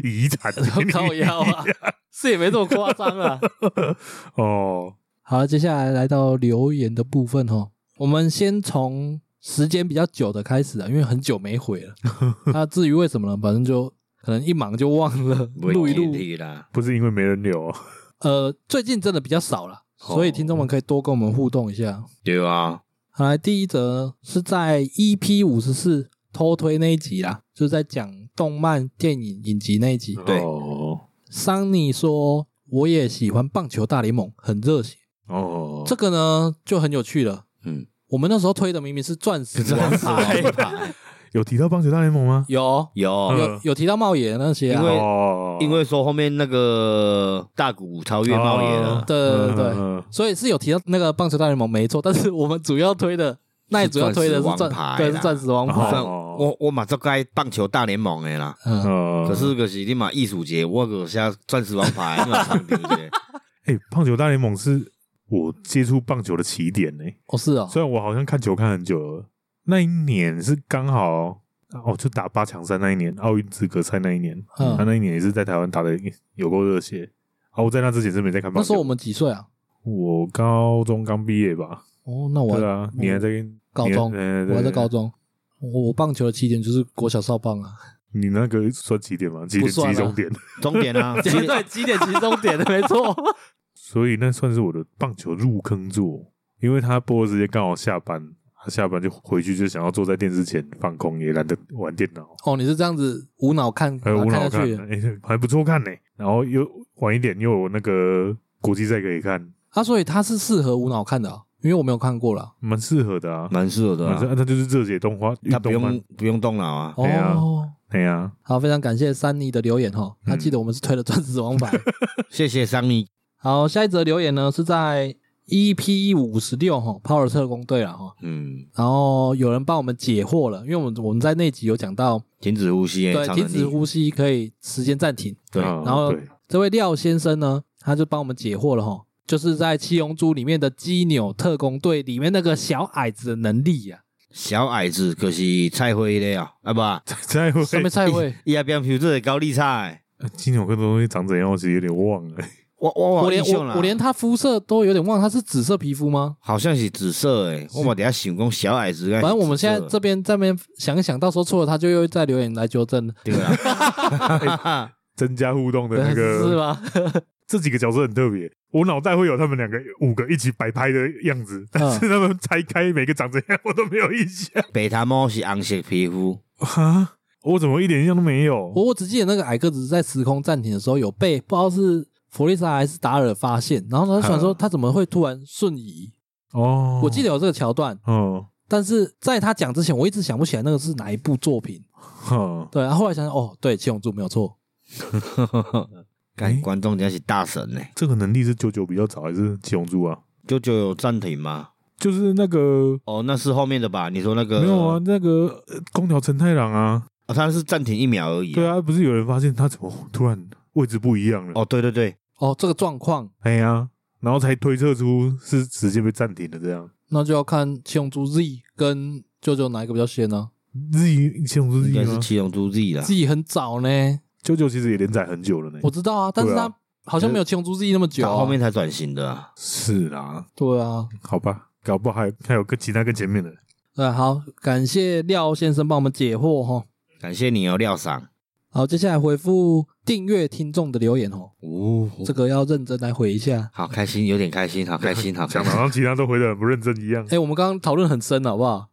Speaker 2: 遗产给
Speaker 3: 靠
Speaker 2: 你。
Speaker 3: 腰啊，是也没这么夸张啊。
Speaker 2: 哦，
Speaker 3: 好，接下来来到留言的部分哦。我们先从时间比较久的开始啊，因为很久没回 了。那至于为什么呢？反正就可能一忙就忘了
Speaker 1: 不会
Speaker 3: 录一
Speaker 1: 听
Speaker 3: 录。
Speaker 1: 力啦。
Speaker 2: 不是因为没人留哦，
Speaker 3: 呃，最近真的比较少了，
Speaker 1: 哦
Speaker 3: 所以听众们可以多跟我们互动一下。
Speaker 1: 对啊，
Speaker 3: 好，来第一则呢是在 EP 五十四偷推那一集啦，就是在讲动漫、电影、影集那一集。
Speaker 1: 对
Speaker 2: 哦
Speaker 3: 桑尼说：“我也喜欢棒球大联盟，很热血。”
Speaker 2: 哦，
Speaker 3: 这个呢就很有趣了。
Speaker 1: 嗯，
Speaker 3: 我们那时候推的明明是钻石王
Speaker 1: 钻石
Speaker 3: 牌，
Speaker 1: 王牌
Speaker 2: 有提到棒球大联盟吗？
Speaker 3: 有
Speaker 1: 有，
Speaker 3: 有有提到茂野那些啊，
Speaker 1: 嗯因为
Speaker 2: 哦，
Speaker 1: 因为说后面那个大谷超越茂野了
Speaker 2: 哦，
Speaker 3: 对对对
Speaker 2: 嗯嗯
Speaker 3: 所以是有提到那个棒球大联盟没错，但是我们主要推的那也主要推的是
Speaker 1: 是钻石
Speaker 3: 钻
Speaker 1: 王牌啦
Speaker 3: 对是钻石王
Speaker 2: 哦
Speaker 3: 牌，
Speaker 1: 算我我嘛这该棒球大联盟的啦。
Speaker 2: 嗯
Speaker 3: 嗯，
Speaker 2: 呃
Speaker 1: 可是就是你嘛艺术节，我个下钻石王牌，你嘛唱 节，
Speaker 2: 哎，棒球大联盟是我接触棒球的起点呢。
Speaker 3: 哦是哦，
Speaker 2: 虽然我好像看球看很久了，那一年是刚好哦，就打八强赛那一年，奥运资格赛那一年，
Speaker 3: 嗯
Speaker 2: 他、那一年也是在台湾打的有够热血。啊，我在那之前是没在看
Speaker 3: 那
Speaker 2: 棒
Speaker 3: 时候
Speaker 2: 球，
Speaker 3: 我们几岁啊？
Speaker 2: 我高中刚毕业吧，
Speaker 3: 哦，那我
Speaker 2: 对啊，你还在跟
Speaker 3: 高中
Speaker 2: 你还哎
Speaker 3: 我还在高，中，我我棒球的起点就是国小少棒啊，
Speaker 2: 对对对你那个算起点吗？起
Speaker 3: 不
Speaker 2: 点
Speaker 3: 算啊
Speaker 2: 集中点，
Speaker 1: 终点啊，其实
Speaker 3: 对，起点集中点的没错，
Speaker 2: 所以那算是我的棒球入坑作。因为他播的时间刚好下班，他下班就回去就想要坐在电视前放空，也懒得玩电脑，
Speaker 3: 哦，你是这样子无脑看，
Speaker 2: 还有
Speaker 3: 然后
Speaker 2: 无脑
Speaker 3: 看
Speaker 2: 看
Speaker 3: 下去，
Speaker 2: 哎、还不错看呢、然后又晚一点又有那个国际赛可以看，
Speaker 3: 啊，所以它是适合无脑看的啊、因为我没有看过啦。
Speaker 2: 蛮适合的啊。
Speaker 1: 蛮适合的
Speaker 2: 反
Speaker 1: 啊、
Speaker 2: 正啊，那就是热血动画，运
Speaker 1: 他不
Speaker 2: 动
Speaker 1: 用
Speaker 2: 漫，
Speaker 1: 不用动脑啊，
Speaker 3: 哦，
Speaker 2: 对啊哎呀、
Speaker 3: 好，非常感谢三妮的留言哈，
Speaker 1: 嗯
Speaker 3: 他记得我们是推了《钻石王牌》
Speaker 1: 谢谢桑尼，
Speaker 3: 好，下一则留言呢是在 EP 五十六哈，Power 特工队了哈。
Speaker 1: 嗯，
Speaker 3: 然后有人帮我们解惑了，因为我们我们在那集有讲到，
Speaker 1: 停止呼吸、欸，
Speaker 3: 对，
Speaker 1: 超
Speaker 3: 停
Speaker 1: 能
Speaker 3: 止
Speaker 1: 力，
Speaker 3: 呼吸可以时间暂停。
Speaker 1: 对，
Speaker 2: 啊
Speaker 3: 然后
Speaker 2: 对
Speaker 3: 这位廖先生呢，他就帮我们解惑了哈，就是在《七龙珠》里面的基纽特工队里面那个小矮子的能力呀、
Speaker 1: 小矮子就是菜花的啊，啊不啊，
Speaker 2: 再会，呃
Speaker 3: 什么 菜会？
Speaker 1: 伊阿边皮这高丽菜，
Speaker 2: 金牛哥的东西长怎样，我其实有点忘了。
Speaker 1: 我我
Speaker 3: 我
Speaker 1: 我
Speaker 3: 连
Speaker 1: 印象啊
Speaker 3: 我
Speaker 1: 啦
Speaker 3: 我连他肤色都有点忘，他是紫色皮肤吗？
Speaker 1: 好像是紫色诶、我嘛底下想讲小矮
Speaker 2: 哎
Speaker 1: 子，
Speaker 3: 反正我们现在
Speaker 1: 紫色
Speaker 3: 这边这边想一想，到时候错了他就又再留言来纠正了，
Speaker 1: 对 啊，
Speaker 2: 增加互动的那
Speaker 3: 是
Speaker 2: 个，
Speaker 3: 吗？
Speaker 2: 这几个角色很特别。我脑袋会有他们两个五个一起摆拍的样
Speaker 3: 嗯
Speaker 2: 子， 但是他们拆开每个长怎样，我都没有印象
Speaker 1: 北塔猫是红色皮肤，
Speaker 2: 啊！我怎么一点印象都没有？
Speaker 3: 我我只记得那个矮个子在时空暂停的时候有被不知道是弗利萨还是达尔发现，然后他就想说他怎么会突然瞬移？
Speaker 2: 哦，
Speaker 3: 我记得有这个桥段，
Speaker 2: 嗯，
Speaker 3: 但是在他讲之前，我一直想不起来那个是哪一部作品。
Speaker 2: 哼，
Speaker 3: 对，然后后来想想，哦，对，七龙珠没有错，
Speaker 1: 看观众真是大神呢、
Speaker 2: 这个能力是九九比较早还是七龙珠啊？
Speaker 1: 九九有暂停吗？
Speaker 2: 就是那个
Speaker 1: 哦，那是后面的吧？你说那个
Speaker 2: 没有啊，？那个呃空调陈太郎啊，
Speaker 1: 哦他是暂停一秒而已、
Speaker 2: 对，啊，不是有人发现他怎么突然位置不一样了？
Speaker 1: 哦，对对对，
Speaker 3: 哦，这个状况，
Speaker 2: 哎呀，然后才推测出是时间被暂停的这样。
Speaker 3: 那就要看七龙珠 Z 跟舅舅哪一个比较先呢、
Speaker 2: 日七龙珠日
Speaker 1: 应该
Speaker 2: 语
Speaker 1: 是
Speaker 2: 吗？
Speaker 1: 七龙珠 Z
Speaker 2: 啊
Speaker 1: 啦
Speaker 3: Z。很早呢，
Speaker 2: 九九其实也连载很久了呢。
Speaker 3: 我知道啊，但是
Speaker 2: 对
Speaker 3: 他
Speaker 2: 啊
Speaker 3: 好像没有七龙珠 Z 那么久、
Speaker 1: 到
Speaker 3: 啊。
Speaker 1: 后面才转型的、啊，
Speaker 2: 是啦，
Speaker 3: 对啊，
Speaker 2: 好吧，搞不好还有还有个其他跟前面的。
Speaker 3: 对，啊好，感谢廖先生帮我们解惑哈。
Speaker 1: 感谢你哦，廖赏。
Speaker 3: 好，接下来回复订阅听众的留言哦，
Speaker 1: 哦，
Speaker 3: 这个要认真来回一下。
Speaker 1: 好开心，有点开心，好开心，好开
Speaker 2: 讲的
Speaker 1: 心。
Speaker 2: 好像其他都回的很不认真一样
Speaker 3: 哎、。我们刚刚讨论很深，好不好？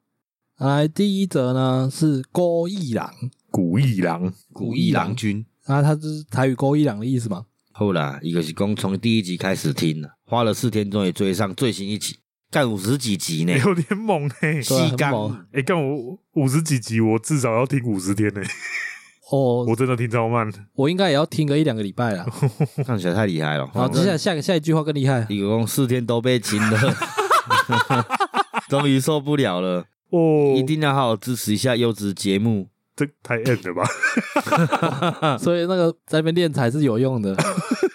Speaker 3: 来，第一则呢是勾一郎，
Speaker 2: 古一 郎，
Speaker 1: 古一郎君，
Speaker 3: 啊，他就是台语勾一郎的意思嘛。
Speaker 1: 后来一个是公从第一集开始听了，花了四天终于追上最新一集，干五十几集呢，
Speaker 2: 有点猛哎、
Speaker 3: 对啊
Speaker 1: 细
Speaker 3: 很猛
Speaker 1: 刚
Speaker 2: 哎、干我五十几集，我至少要听五十天呢、
Speaker 3: 哦，
Speaker 2: 我
Speaker 3: 我
Speaker 2: 真的听超慢。
Speaker 3: 应该也要听个一两个礼拜 啦。
Speaker 1: 看起来太厉害了。
Speaker 3: 好，接下来下个下一句话更厉害，
Speaker 1: 一个公四天都被亲了， 终于受不了了，
Speaker 2: 哦，
Speaker 1: 一定要好好支持一下优质节目。
Speaker 2: 这太 end 了吧？
Speaker 3: 所以那个在那边练才是有用 的。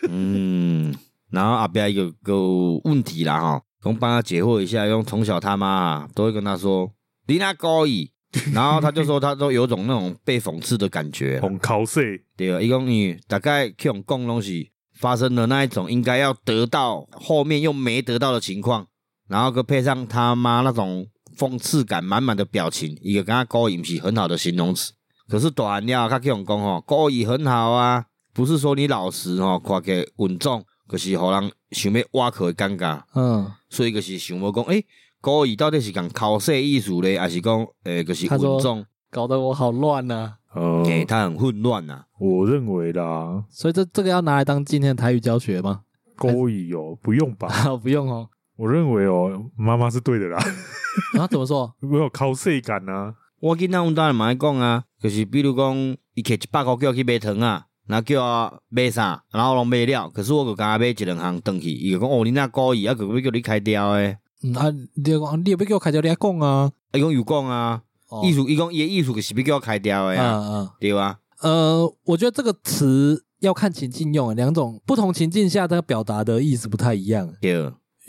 Speaker 1: 嗯，然后阿彪有个问题啦哈，从帮他解惑一下，用从小他妈、啊、都会跟他说你那高一，然后他就说他都有种那种被讽刺的感觉，
Speaker 2: 红 cos
Speaker 1: 对啊，一共你大概这种共东西发生了那一种应该要得到后面又没得到的情况，然后佮配上他妈那种讽刺感满满的表情，一个跟他高一不是很好的形容词。可是短含料，他这种讲吼，高一很好啊，不是说你老实吼，看起来稳重，可、是互人想要挖去的尴尬，
Speaker 3: 嗯，
Speaker 1: 所以就是想要讲，诶、高一到底是讲考试艺术嘞，还是讲诶、就是
Speaker 3: 他说
Speaker 1: 稳重？
Speaker 3: 搞得我好乱啊呐、
Speaker 2: 呃
Speaker 1: 诶、他很混乱啊呐、
Speaker 2: 我认为啦，
Speaker 3: 所以这这个要拿来当今天的台语教学吗？
Speaker 2: 勾引哦，不用吧？
Speaker 3: 啊，不用 哦。
Speaker 2: 我认为哦，妈妈是对的啦，
Speaker 3: 然啊后怎么说？
Speaker 2: 没有 cos 感啊。
Speaker 1: 我囡仔阮当然嘛爱讲啊，就是比如讲，伊摕一百箍叫我去买糖啊，然后叫我买啥，然后我拢买了，可是我就甲买一两项转去，伊就讲哦，你那故意啊，就要叫你开掉诶。
Speaker 3: 嗯啊，你就讲你也不给我开条你还讲啊？
Speaker 1: 伊讲有讲啊，
Speaker 3: 哦
Speaker 1: 意思伊讲伊诶意思就是要叫我开掉诶
Speaker 3: 嗯
Speaker 1: 啊，
Speaker 3: 嗯。
Speaker 1: 对啊，
Speaker 3: 呃，我觉得这个词要看情境用，两种不同情境下它表达的意思不太一样。
Speaker 1: 对，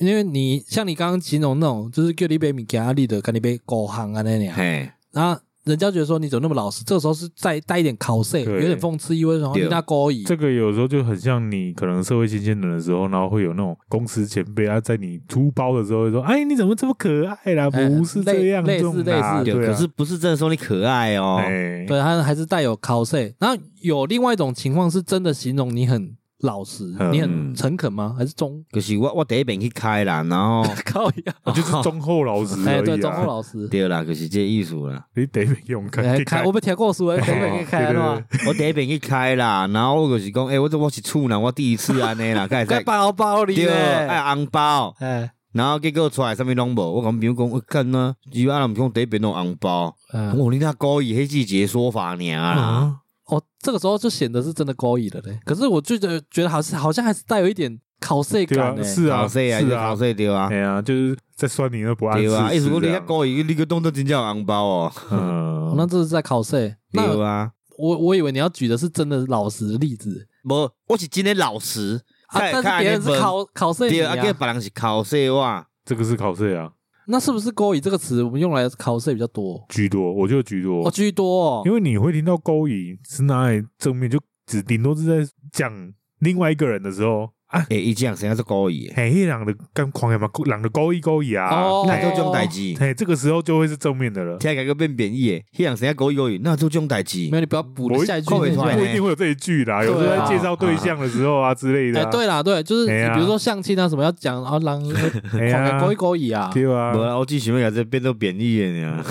Speaker 3: 因为你像你刚刚形容那种，就是叫你杯米给阿力的，跟你杯狗行啊那样，
Speaker 1: 嘿，
Speaker 3: 然后人家觉得说你怎么那么老实，这个时候是再带一点考试，
Speaker 2: 对
Speaker 3: 有点讽刺意味，然后
Speaker 1: 对
Speaker 3: 你那勾引，
Speaker 2: 这个有时候就很像你可能社会新鲜人的时候，然后会有那种公司前辈啊，在你出包的时候会说：“哎，你怎么这么可爱啦？”
Speaker 3: 哎
Speaker 2: 不是这样，
Speaker 3: 类
Speaker 2: 这种
Speaker 3: 类似
Speaker 2: 啦
Speaker 3: 类似
Speaker 1: 对，
Speaker 2: 对啊，
Speaker 1: 可是不是真的说你可爱哦，
Speaker 2: 哎，
Speaker 3: 对，他还是带有考试。然后有另外一种情况是真的形容你很老实，
Speaker 2: 嗯
Speaker 3: 你很诚恳吗？还是忠？
Speaker 1: 就是我我第一遍去开啦，然 后
Speaker 3: 靠呀！
Speaker 2: 我就是忠厚老实
Speaker 3: 哎，
Speaker 2: 而
Speaker 3: 对，
Speaker 2: 已
Speaker 3: 忠厚
Speaker 2: 啊。
Speaker 3: 老实。
Speaker 1: 对啦，就是这意思啦。
Speaker 2: 你得用看
Speaker 3: 哎，，开我们听故事，哎，可以可以开
Speaker 2: 对对
Speaker 3: 的嘛？
Speaker 1: 我第一遍去开啦，然后我就是讲，诶、我这我是处男，我第一次安尼 啦，该
Speaker 3: 该
Speaker 1: 在
Speaker 3: 包包里
Speaker 1: 对，
Speaker 3: 嘞，
Speaker 1: 爱红包，
Speaker 3: 哎，
Speaker 1: 然后结果出来啥物拢无，我讲朋友讲，我干呐，伊阿毋讲第一遍弄红包，哦
Speaker 3: 嗯，
Speaker 1: 我你那故意迄季节说法尔啦，
Speaker 2: 啊，
Speaker 3: 哦，这个时候就显得是真的高义了嘞。可是我就觉得觉得好像好像还是带有一点考试
Speaker 2: 对
Speaker 3: 感哎
Speaker 2: 啊，
Speaker 3: 嘞。
Speaker 2: 是啊，
Speaker 1: 考
Speaker 2: 是
Speaker 1: 试啊，
Speaker 2: 啊
Speaker 1: 考，试对啊
Speaker 2: 哎，呀，就是在酸你那不按
Speaker 1: 对啊，意
Speaker 2: 事
Speaker 1: 思
Speaker 2: 实
Speaker 1: 讲你
Speaker 2: 这
Speaker 1: 那
Speaker 2: 样。
Speaker 1: 故意，你个当作真正有红包哦，
Speaker 3: 哦
Speaker 2: 嗯，
Speaker 3: 那这是在考试。那
Speaker 1: 对啊，
Speaker 3: 我我以为你要举的是真的老实的例子
Speaker 1: 无，我是真的老实，
Speaker 3: 啊，
Speaker 1: 看
Speaker 3: 但是
Speaker 1: 看
Speaker 3: 别人
Speaker 1: 那
Speaker 3: 是
Speaker 1: 份
Speaker 3: 考考试你
Speaker 1: 对啊，
Speaker 3: 啊
Speaker 1: 啊，，跟别人是考试哇，
Speaker 2: 这个是考试啊，
Speaker 3: 那是不是“勾引”这个词我们用来考试比较多？
Speaker 2: 居多，我就居
Speaker 3: 哦，
Speaker 2: 多，
Speaker 3: 居多哦
Speaker 2: 因。为你会听到勾引是拿来正面，就只顶多是在讲另外一个人的时候啊，
Speaker 1: 诶，伊这样谁是故意的，
Speaker 2: 嘿，那人的干狂干嘛，人的勾一勾一啊，
Speaker 3: 哦
Speaker 1: 那
Speaker 2: 嘿
Speaker 1: 做这种代志，
Speaker 2: 嘿，这个时候就会是正面的了。
Speaker 1: 听起来个变贬义的，迄人谁故意故意，那做这种代志
Speaker 3: 没，有，你不要补
Speaker 2: 我
Speaker 3: 下一句
Speaker 1: 勾
Speaker 2: 不
Speaker 1: 引
Speaker 2: 一
Speaker 1: 出
Speaker 3: 那
Speaker 1: 来
Speaker 3: 句。
Speaker 2: 定会有这一句啦，
Speaker 3: 对啊
Speaker 2: 有时候在介绍对象的时候啊之类的
Speaker 3: 哎，
Speaker 2: 啊。
Speaker 3: 对啦，对，就是
Speaker 2: 哎呀
Speaker 3: 比如说相亲啊什么要讲啊，让
Speaker 2: 哎呀
Speaker 3: 狂勾一勾引啊，
Speaker 2: 对啊
Speaker 1: 无，啦，我只想要甲这变做贬义的 尔，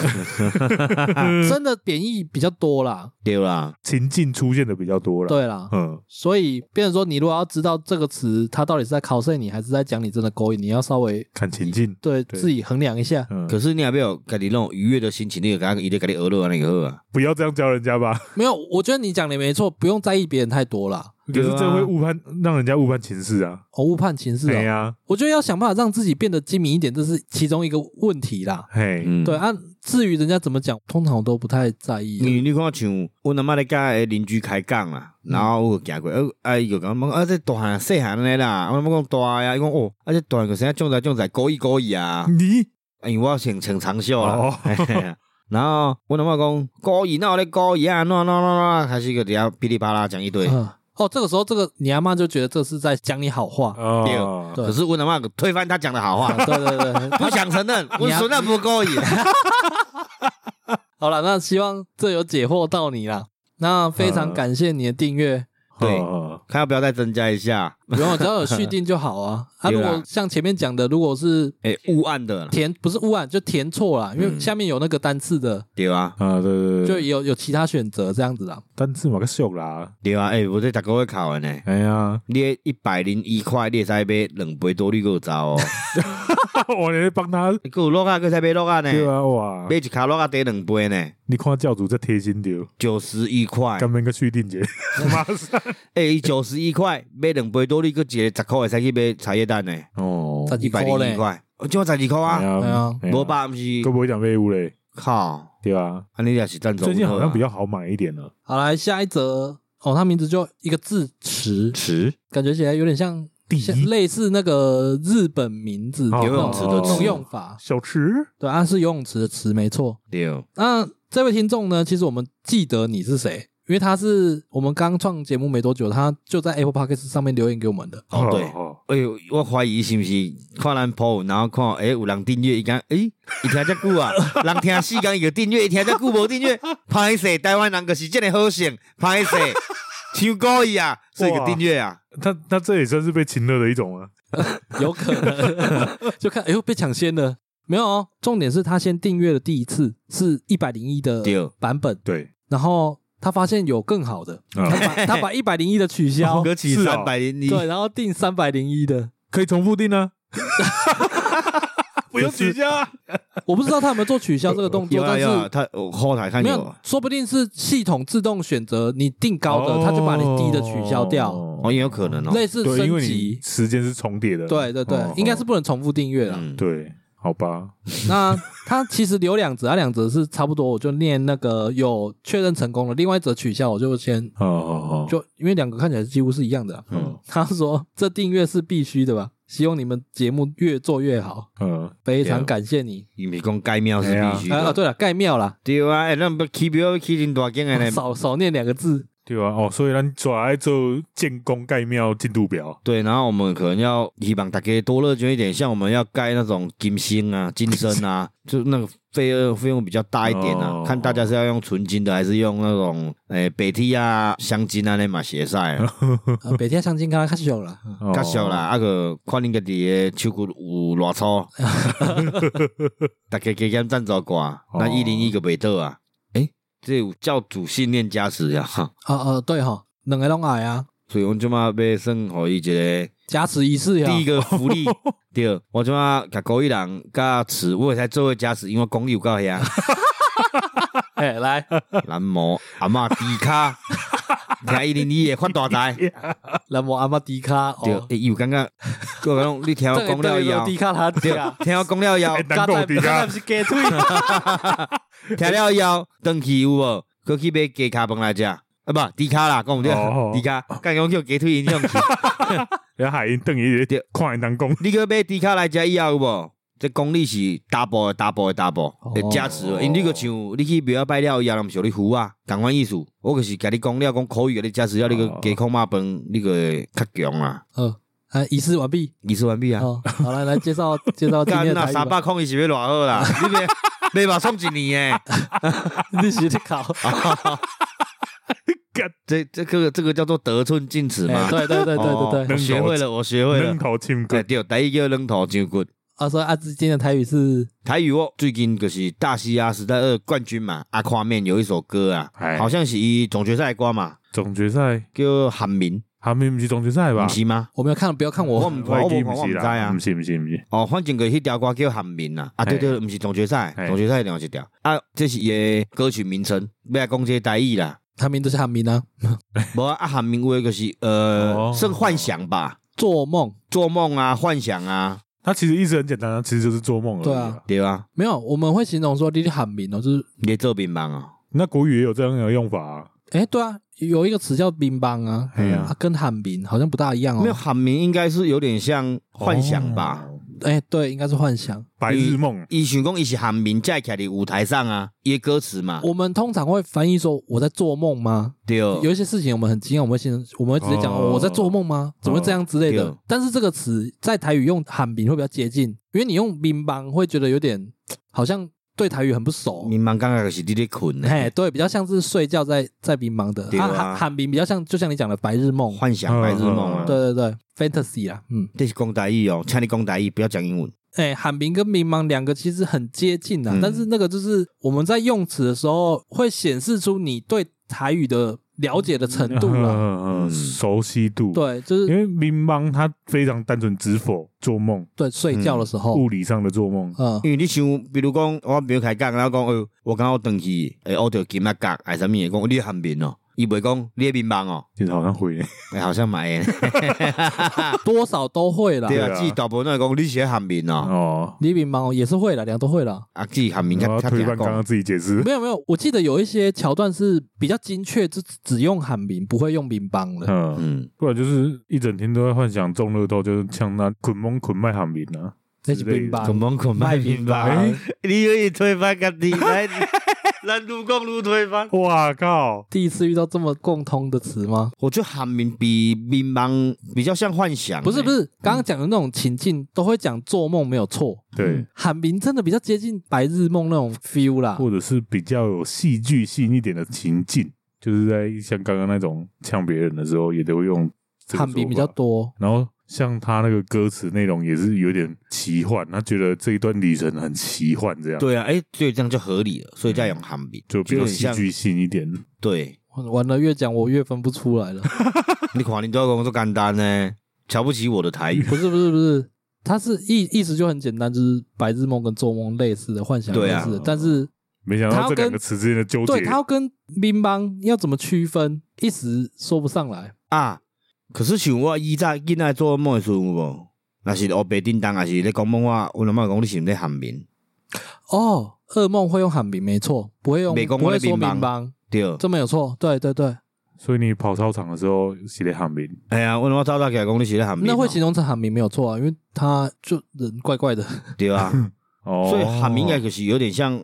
Speaker 2: 嗯
Speaker 3: 真的贬义比较多啦。
Speaker 1: 对啦，
Speaker 2: 情境出现的比较多了。，
Speaker 3: 对啦，
Speaker 2: 嗯，
Speaker 3: 所以变成说你如果要知道这个词它到底是在考试你，还是在讲你真的勾引，你要稍微
Speaker 2: 看情境，
Speaker 3: 对
Speaker 2: 对
Speaker 3: 自己衡量一下。
Speaker 2: 嗯，
Speaker 1: 可是你也不要家己那种愉悦的心情，你就给他伊就给你娱乐安尼就好啊。
Speaker 2: 不要这样教人家吧，
Speaker 3: 没有，我觉得你讲的没错，不用在意别人太多啦。
Speaker 2: 可
Speaker 1: 对啊
Speaker 2: 是这会误判，让人家误判情势啊。
Speaker 3: 哦，误判情势
Speaker 2: 哎
Speaker 3: 啊，
Speaker 2: 呀，
Speaker 3: 我觉得要想办法让自己变得精明一点，这是其中一个问题啦。
Speaker 2: 嘿，
Speaker 1: 嗯，
Speaker 3: 对啊，至于人家怎么讲，通常我都不太在意。
Speaker 2: 嗯
Speaker 1: 你你看像阮阿妈咧甲诶邻居开讲啦，然后我有行过，呃，啊伊就讲，啊这大汉细汉安尼啦，我妈讲大啊，伊讲哦，啊这大汉个啥种在种在故意故意
Speaker 3: 嗯
Speaker 1: 啊，
Speaker 2: 你
Speaker 1: 啊因为我穿穿长袖啦
Speaker 2: 哦，
Speaker 1: 嘿嘿嘿 然后阮阿妈讲故意，哪有咧故意啊，哪哪哪哪，开始个底下噼里啪啦讲一堆，
Speaker 3: 嗯，哦，这个时候，这个你阿妈就觉得这是在讲你好话。
Speaker 2: 哦，
Speaker 3: 对
Speaker 1: 可是阮阿妈推翻他讲的好话
Speaker 3: 啊， 对对对，
Speaker 1: 不想承 认，我承认不故意。
Speaker 3: 好了，那希望这有解惑到你啦。那非
Speaker 2: 嗯
Speaker 3: 常感谢你的订阅，
Speaker 1: 对
Speaker 2: 哦
Speaker 1: 看要不要再增加一下？
Speaker 3: 不用只要有续订就 好啊。啊，
Speaker 1: 有
Speaker 3: 如
Speaker 1: 啦
Speaker 3: 果像前面讲的，如果是
Speaker 1: 诶，哎误按的啦，
Speaker 3: 填不是污染就填错啦，因为
Speaker 1: 嗯
Speaker 3: 下面有那个单次的，
Speaker 1: 对啊，
Speaker 2: 啊，对对对，
Speaker 3: 就有有其他选择这样子啦。
Speaker 2: 单字嘛个俗啦，
Speaker 1: 对啊，诶，我这逐个月考的呢。
Speaker 2: 哎呀，
Speaker 1: 你一百零一块，你会使买两杯多绿够糟哦。
Speaker 2: 我连帮他，
Speaker 1: 还有落啊，还使买落啊呢？
Speaker 2: 对啊，哇
Speaker 1: 买，一卡落啊，得两杯呢，
Speaker 2: 你看教主这贴心丢，
Speaker 1: 九十一块。
Speaker 2: 干面个续订节，马上
Speaker 1: 诶，伊九十一块买两杯多绿，搁一个十块会使去买茶叶蛋呢，
Speaker 2: 哦
Speaker 3: 十
Speaker 1: 一
Speaker 3: 几
Speaker 1: 百
Speaker 3: 块
Speaker 1: 零一
Speaker 3: 嘞，
Speaker 1: 块，我就十二块啊。
Speaker 3: 哎呀
Speaker 2: 呀，
Speaker 1: 无，吧，毋是
Speaker 2: 都不会讲废物嘞，
Speaker 1: 靠，
Speaker 2: 对吧？
Speaker 1: 安尼也是赞助。啊
Speaker 2: 最近好像比较好买一点了，
Speaker 3: 好来下一则哦，它名字就一个字词，
Speaker 1: 迟，
Speaker 3: 感觉起来有点像
Speaker 2: 第
Speaker 3: 像
Speaker 2: 一
Speaker 3: 类似那个日本名字
Speaker 2: 哦
Speaker 3: 那种
Speaker 1: 游泳池的
Speaker 3: 那种
Speaker 1: 池
Speaker 3: 用法，
Speaker 2: 小池，
Speaker 3: 对啊，是游泳池的池没错。
Speaker 1: 对，
Speaker 3: 那这位听众呢，其实我们记得你是谁，因为他是我们刚创节目没多久，他就在 Apple Podcast 上面留言给我们的。
Speaker 1: 哦对。
Speaker 2: 哦
Speaker 1: 哎呦，我怀疑是不是看咱 p 然后看哎、有人订阅，伊讲哎，伊、听遮久啊， 人听四讲伊就订阅，伊听遮久无订阅，歹势，台湾人就是这个好性，歹势，太故意啊，所以个订阅啊，
Speaker 2: 他他这也算是被亲热的一种啊，
Speaker 3: 有可能 就看，哎呦，被抢先了。没有哦，重点是他先订阅了第一次是一百零一的
Speaker 1: 对
Speaker 3: 版本，
Speaker 2: 对，
Speaker 3: 然后他发现有更好的，
Speaker 2: 啊
Speaker 3: 他把他把一百零一的取消，
Speaker 1: 歌起
Speaker 2: 是哦
Speaker 1: 三百零一，
Speaker 3: 对，然后订三百零一的。
Speaker 2: 可以重复订啊，不用取消啊，
Speaker 3: 我不知道他有没有做取消这个动
Speaker 1: 有
Speaker 3: 作，
Speaker 1: 啊
Speaker 3: 但
Speaker 1: 有啊，
Speaker 3: 是
Speaker 1: 他我后台看
Speaker 3: 没
Speaker 1: 有
Speaker 3: 有
Speaker 1: 啊，，
Speaker 3: 说不定是系统自动选择你定高的，他就把你低的取消掉，
Speaker 1: 哦也有可能哦，
Speaker 3: 类似
Speaker 2: 对，因
Speaker 3: 升
Speaker 2: 为你
Speaker 3: 级。
Speaker 2: 时间是重叠的。
Speaker 3: 对对对
Speaker 2: 哦，
Speaker 3: 应该是不能重复订阅了。
Speaker 1: 嗯，
Speaker 2: 对，好吧。
Speaker 3: 那他其实留两则，啊他两则是差不多，我就念那个有确认成功了，另外一则取消，我就先
Speaker 2: 哦哦哦，
Speaker 3: 就因为两个看起来几乎是一样的啊。
Speaker 1: 哦
Speaker 2: 嗯
Speaker 3: 他说这订阅是必须的吧？希望你们节目越做越好，
Speaker 2: 嗯，
Speaker 3: 非
Speaker 1: 啊
Speaker 3: 常感谢你。
Speaker 1: 伊毋是讲盖庙是必须
Speaker 3: 啊啊，
Speaker 1: 的，
Speaker 3: 对了，盖庙啦，
Speaker 1: 对啊，哎，咱不起标起真大间的呢，
Speaker 3: 少少念两个字。
Speaker 2: 对啊，哦，所以咱抓来做建功盖庙进度表，
Speaker 1: 对，然后我们可能要希望大家多乐捐一点，像我们要盖那种金星啊、金身啊，就那个费用费用比较大一点啊，
Speaker 2: 哦
Speaker 1: 看大家是要用纯金的，还是用那种诶、北梯啊、香金啊那嘛鞋赛，
Speaker 3: 啊北天相亲刚刚开始有了，
Speaker 2: 哦
Speaker 1: 较俗啦，，啊个看恁家己的手骨有偌粗，大家加减赞助寡，那一零一个袂倒啊，诶、这有教主信念加持呀、哈
Speaker 3: 哦哦对哈，两个拢矮啊，
Speaker 1: 所以我们即马要算互伊一个。
Speaker 3: 加持仪
Speaker 2: 啊
Speaker 3: 式呀，
Speaker 1: 第一个福 利，第二，我即马甲高一人甲池，我会使做伙加持，因为我功力有够 遐。
Speaker 3: 哎来
Speaker 1: 蓝魔阿嬷猪 卡，听一零一会发大财。
Speaker 3: 人我阿妈迪卡
Speaker 1: 对，
Speaker 3: 哦，
Speaker 1: 欸伊有感 觉，我讲你听我
Speaker 3: 这
Speaker 1: 讲
Speaker 3: 个
Speaker 1: 了
Speaker 3: 对
Speaker 1: 以后
Speaker 3: 迪，卡他
Speaker 1: 对
Speaker 3: 讲，，
Speaker 1: 听我讲了以后
Speaker 2: 哎，难怪有 猪卡
Speaker 3: 不是鸡 腿，
Speaker 1: 听了以后，转去有无？过去买鸡卡饭来食，啊不，猪卡啦，讲毋对，
Speaker 2: 哦哦
Speaker 1: 猪卡，刚讲叫鸡腿影响去。
Speaker 2: 然后海因等于
Speaker 1: 对
Speaker 2: 看人当讲，
Speaker 1: 你去买猪卡来食以后有无？这功力是 double 的 double 的 double
Speaker 3: 哦
Speaker 1: 会加持的，因为你个像你去庙拜了以后，人毋是有你扶啊，共款意思。我就是甲你讲了，讲口语甲你加持了，你个
Speaker 2: 哦
Speaker 1: 加空嘛饭，你个会较强啊。
Speaker 3: 嗯，啊仪式完毕，
Speaker 1: 仪式完毕啊！
Speaker 3: 哦，好了，来介绍介绍今
Speaker 1: 干
Speaker 3: 天的
Speaker 1: 那
Speaker 3: 台语
Speaker 1: 三
Speaker 3: 吧，
Speaker 1: 百空伊是要偌好 啦，你别你嘛送一年诶。
Speaker 3: 你是在考，
Speaker 1: 这这个这个叫做得寸进尺
Speaker 3: 哎
Speaker 1: 嘛。
Speaker 3: 对对对对
Speaker 1: 哦
Speaker 3: 对对，
Speaker 1: 我学会了，我学会了
Speaker 2: 扔。头亲
Speaker 1: 哎
Speaker 2: 棍，
Speaker 1: 对，第一叫扔头上骨。
Speaker 3: 啊所以阿芝今天的台语是
Speaker 1: 台语我最近就是大西亚时代二冠军嘛，阿夸面有一首歌啊
Speaker 2: 哎，
Speaker 1: 好像是伊总决赛的歌嘛，
Speaker 2: 总决赛，
Speaker 1: 叫《寒民
Speaker 2: 他们不是总决赛》，吧
Speaker 1: 不？是吗？
Speaker 3: 我没有看，不要看
Speaker 1: 我
Speaker 3: 我，
Speaker 1: 唔
Speaker 2: 我
Speaker 1: 我
Speaker 2: 记
Speaker 1: 无
Speaker 2: 不
Speaker 1: 我唔
Speaker 2: 是
Speaker 1: 知
Speaker 2: 啦，
Speaker 1: 啊
Speaker 2: 不。是不是不是，
Speaker 1: 哦，反正个迄条歌叫《寒民》啊，啊对对，毋是总决赛，
Speaker 2: 哎
Speaker 1: 总决赛两是条啊，这是伊的歌曲名称，要来讲这个台语 啦。
Speaker 3: 他名就是他名啊，
Speaker 1: 无啊，啊寒民有的就是呃
Speaker 2: 哦，
Speaker 1: 算幻想吧，
Speaker 3: 做梦。
Speaker 1: 做梦啊，幻想啊，
Speaker 2: 他其实意思很简单啊，其实就是做梦而已。
Speaker 3: 对啊，
Speaker 1: 对啊，
Speaker 3: 没有，我们会形容说你去喊名哦，就是
Speaker 1: 你在做乒乓啊，
Speaker 2: 那国语也有这样的用法啊，
Speaker 3: 哎，对啊，有一个词叫乒乓啊，
Speaker 2: 哎呀
Speaker 3: 啊，跟喊名好像不大一样哦。
Speaker 1: 没有，寒民应该是有点像幻想吧。
Speaker 2: 哦，
Speaker 3: 哎，对，应该是幻想。
Speaker 2: 白日梦，
Speaker 1: 伊想讲伊是韩民在徛伫舞台上啊，伊的歌词嘛，
Speaker 2: 哦
Speaker 3: 我们通常会翻译说我在做梦吗？
Speaker 1: 对
Speaker 3: 有一些事情我们很惊讶，我们会先我们会直接讲
Speaker 2: 哦
Speaker 3: 我在做梦吗？怎么会这样之类的
Speaker 1: 对。啊
Speaker 3: 但是这个词在台语用喊名会比较接近，因为你用乒乓会觉得有点好像对台语很不熟。
Speaker 1: 民茫刚刚是伫咧困呢，
Speaker 3: 哎，对，比较像是睡觉在在乒乓的，
Speaker 1: 对啊
Speaker 3: 喊喊名比较像，就像你讲的白日梦。
Speaker 1: 幻想白日梦啊
Speaker 2: 嗯，
Speaker 3: 对对对，fantasy 啊，嗯。
Speaker 1: 这是讲台语哦，请你讲台语，不要讲英文。
Speaker 3: 哎、喊名跟民盲两个其实很接近的、
Speaker 1: 嗯
Speaker 3: 但是那个就是我们在用词的时候会显示出你对台语的了解的程度了。
Speaker 2: 嗯嗯嗯
Speaker 1: 嗯
Speaker 2: 熟悉度，，
Speaker 3: 对，就是
Speaker 2: 因为民邦他非常单纯，只否做梦，
Speaker 3: 对睡觉的时候，
Speaker 2: 物理上的做梦，
Speaker 3: 嗯，
Speaker 1: 因为你想，比如讲我朋友开讲，然后讲，哦，我刚好回去，会学着金啊角，还是啥物的，讲你韩民哦，伊袂讲你民茫哦，
Speaker 2: 其实好像会，
Speaker 1: 哎，好像 买的，
Speaker 3: 多少都会啦。
Speaker 1: 对
Speaker 2: 对
Speaker 1: 啊，
Speaker 2: 啊
Speaker 1: 即大部分都会讲你是韩民哦，
Speaker 2: 哦，
Speaker 3: 你民盲也是会啦，两个都会啦。
Speaker 1: 啊，即韩民
Speaker 2: 我
Speaker 1: 较
Speaker 2: 要
Speaker 1: 较
Speaker 2: 推
Speaker 1: 听
Speaker 2: 翻刚
Speaker 1: 讲
Speaker 2: 刚，自己解释，
Speaker 3: 没有没有，我记得有一些桥段是比较精确，就只用喊名，不会用民帮的。
Speaker 2: 嗯，
Speaker 1: 嗯，
Speaker 2: 不然就是一整天都在幻想中乐透，就是像那捆蒙捆麦喊名啊，
Speaker 3: 那是民帮
Speaker 1: 捆，绑捆绑民
Speaker 2: 哎
Speaker 1: 茫， 你有意推翻家己，咱咱愈讲愈推翻。
Speaker 2: 哇靠，
Speaker 3: 第一次遇到这么共通的词吗？
Speaker 1: 我觉得韩民比民茫比较像幻想、
Speaker 3: 不是不
Speaker 1: 欸，
Speaker 3: 是，刚刚讲的那种情境都会讲做梦没有错，
Speaker 2: 对，
Speaker 3: 喊名真的比较接近白日梦那种 feel 啦。
Speaker 2: 或者是比较有戏剧性一点的情境，就是在像刚刚那种呛别人的时候，也都会用这个
Speaker 3: 喊名
Speaker 2: 说
Speaker 3: 比较
Speaker 2: 法
Speaker 3: 多，
Speaker 2: 然后像他那个歌词内容也是有点奇幻，他觉得这一段旅程很奇幻，这样
Speaker 1: 对啊，哎、所以这样就合理了，所以叫用韩民，
Speaker 2: 就比
Speaker 1: 有
Speaker 2: 较
Speaker 1: 点
Speaker 2: 戏
Speaker 1: 像
Speaker 2: 剧性一点。
Speaker 1: 对，
Speaker 3: 完了越讲我越分不出来了。
Speaker 1: 你看你都要工作简单呢，瞧不起我的台语，
Speaker 3: 不是不是不是，它是意意思就很简单，就是白日梦跟做梦类似的幻想
Speaker 1: 对
Speaker 3: 类
Speaker 1: 啊
Speaker 3: 似的，但是
Speaker 2: 没想
Speaker 3: 他
Speaker 2: 到
Speaker 3: 要
Speaker 2: 这两
Speaker 3: 跟
Speaker 2: 个词之间的纠
Speaker 3: 对
Speaker 2: 结，
Speaker 3: 它要跟乒乓要怎么区分，一时说不上来。
Speaker 1: 啊。可是像我以前囡仔做梦的时候有无，若是黑白叮当，还是咧讲梦话，我阿妈讲你是毋是在韩民，
Speaker 3: 哦，噩梦会用喊名没错，不会用
Speaker 1: 没讲
Speaker 3: 不
Speaker 1: 我的
Speaker 3: 会说
Speaker 1: 乒
Speaker 3: 乒
Speaker 1: 乓
Speaker 3: 乓，
Speaker 1: 对。
Speaker 3: 这没有错。对对对，
Speaker 2: 所以你跑操场的时候是在喊名，
Speaker 1: 哎呀，我阿妈早早起来讲你是在韩哦民、
Speaker 3: 那会形
Speaker 1: 行
Speaker 3: 容成喊名没有错啊，因为他就人怪怪的，
Speaker 1: 对啊，
Speaker 2: 哦，
Speaker 1: 所以韩民应该就是有点像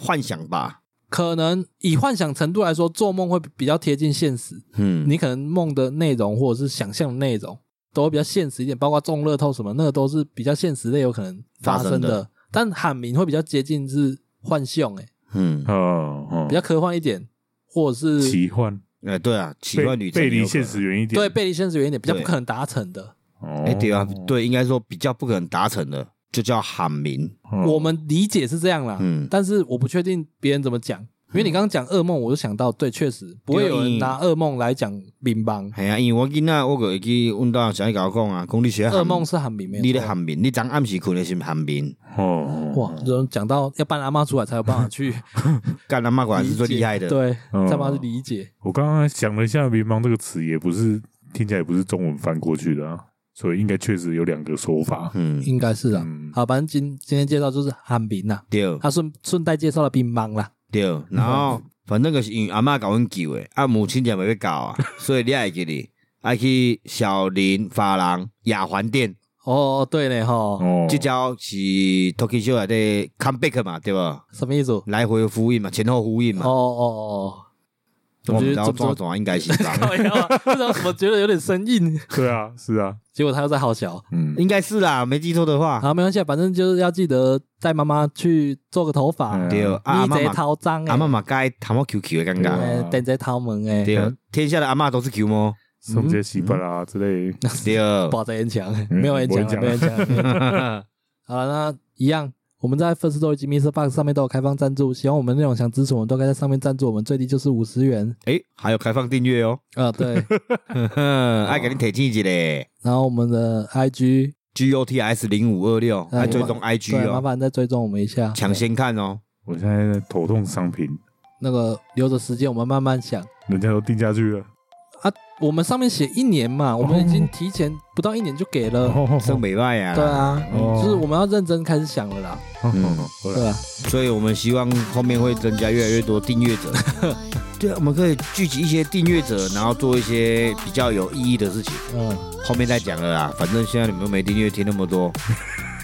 Speaker 1: 幻想吧。
Speaker 3: 可能以幻想程度来说，做梦会比较贴近现实。
Speaker 1: 嗯，
Speaker 3: 你可能梦的内容或者是想象的内容都会比较现实一点，包括中乐透什么，那个都是比较现实类有可能发
Speaker 1: 发
Speaker 3: 生
Speaker 1: 生
Speaker 3: 的。
Speaker 1: 的
Speaker 3: 但喊名会比较接近是幻象、欸，
Speaker 1: 嗯，
Speaker 2: 哦哦
Speaker 3: 比较科幻一点，或者是
Speaker 2: 奇幻，
Speaker 1: 哎，对啊，奇幻
Speaker 2: 背
Speaker 1: 旅程
Speaker 2: 背
Speaker 1: 也
Speaker 2: 离
Speaker 1: 有可能
Speaker 2: 现实远一点。
Speaker 3: 对背离现实远一点，比较
Speaker 1: 对
Speaker 3: 不可能达成的。
Speaker 2: 哦，
Speaker 1: 哎、对啊，对，应该说比较不可能达成的，就叫喊名。
Speaker 2: 哦，
Speaker 3: 我们理解是这样啦，
Speaker 1: 嗯
Speaker 3: 但是我不确定别人怎么讲，因为你刚刚讲噩梦，我就想到，对，确实不会有人拿噩梦来讲民邦，
Speaker 1: 系啊，因为我囡仔，我就会去阮兜人想去甲我讲啊，讲你学
Speaker 3: 噩梦，是喊民没有错
Speaker 1: 你咧喊名，你昨暗时困的是喊名，
Speaker 2: 哦，
Speaker 3: 哇，有人讲到要搬阿妈出来才有办 法去
Speaker 1: 干他妈果然
Speaker 3: 理
Speaker 1: 是
Speaker 3: 解
Speaker 1: 最厉害的。，
Speaker 3: 对，
Speaker 2: 嗯
Speaker 3: 才有办法去理解。
Speaker 2: 我刚刚想了一下，“民邦”这个词也不是听起来也不是中文翻过去的啊，所以应该确实有两个说法。
Speaker 1: 嗯，嗯
Speaker 3: 应该是啊
Speaker 2: 嗯，
Speaker 3: 好，反正今今天介绍就是喊民啦，
Speaker 1: 对
Speaker 3: 他顺顺带介绍了乒乓啦，
Speaker 1: 对，然后反正就是因为阿嬷甲阮救的，啊母亲节嘛要搞 啊，所以你也会记哩，爱去小林发廊雅环店，
Speaker 3: 哦，对嘞吼，
Speaker 2: 哦，
Speaker 1: 即招是 Tokyo 秀内底 comeback 嘛，对无？
Speaker 3: 什么意思？哦
Speaker 1: 来回呼应嘛，前后呼应嘛，
Speaker 3: 哦哦，
Speaker 1: 嗯我们
Speaker 3: 觉得
Speaker 1: 然后
Speaker 3: 怎么
Speaker 1: 抓抓应该是这样
Speaker 3: 靠腰啊，不知道怎么觉得有点生硬，
Speaker 2: 对啊，是啊，
Speaker 3: 结果他又在好
Speaker 1: 啊
Speaker 3: 小。
Speaker 2: 嗯，
Speaker 1: 应该是啦，没记错的话。
Speaker 3: 好，没关系，啊，反正就是要记得带妈妈去做个头发，
Speaker 2: 嗯
Speaker 1: 对，啊阿
Speaker 3: 你
Speaker 1: 嬷
Speaker 3: 贼
Speaker 1: 嘛，
Speaker 3: 掏脏
Speaker 1: 阿嬷
Speaker 3: 哎，
Speaker 1: 嘛该头毛 QQ 的尴尬。
Speaker 3: 哎等贼掏门哎，
Speaker 1: 对，天下的阿嬷都是 Q 吗？
Speaker 2: 什么些西巴拉之类，
Speaker 1: 对，
Speaker 3: 保贼很强，
Speaker 1: 嗯
Speaker 3: 没有人
Speaker 2: 没
Speaker 3: 讲
Speaker 2: 人
Speaker 3: 啊，
Speaker 2: 讲
Speaker 3: 没有人 讲啊。好了，那一样。我们在 First Story 及 Mr. Box 上面都有开放赞助，喜欢我们内容想支持我们，都可以在上面赞助我们，最低就是五十元。
Speaker 1: 诶，还有开放订阅 哦，
Speaker 3: 啊、对。
Speaker 1: 爱给你提醒一下嘞
Speaker 3: 然后我们的 IG，
Speaker 1: ，G O T S 零五二六，
Speaker 3: 哎
Speaker 1: 还追踪 I G
Speaker 3: 对，麻
Speaker 1: 哦，
Speaker 3: 烦再追踪我们一下。
Speaker 1: 抢先看哦，
Speaker 2: 我现在在头痛伤平，
Speaker 3: 那个留着时间，我们慢慢想
Speaker 2: 人家都定下去了，
Speaker 3: 啊。我们上面写一年嘛，我们已经提前不到一年就给了。
Speaker 2: 哦
Speaker 1: 剩美外啊，
Speaker 3: 对，啊，
Speaker 2: 哦
Speaker 3: 就是我们要认真开始想了啦，
Speaker 2: 嗯，好
Speaker 3: 对
Speaker 2: 了，
Speaker 3: 吧？
Speaker 1: 所以我们希望后面会增加越来越多订阅者。 对啊，我们可以聚集一些订阅者，然后做一些比较有意义的事情。
Speaker 3: 嗯，
Speaker 1: 后面再讲了啦，反正现在你们又没订阅，听那么多，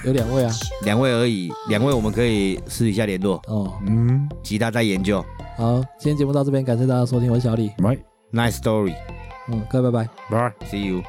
Speaker 3: 有两位啊，
Speaker 1: 两位而已，两位我们可以私底下联络，
Speaker 3: 哦，
Speaker 2: 嗯，
Speaker 1: 其他再研究。
Speaker 3: 好，今天节目到这边，感谢大家收听，我是小李，
Speaker 2: 拜
Speaker 1: Nice story，see
Speaker 3: 嗯，各位拜拜。
Speaker 2: 拜。
Speaker 1: you。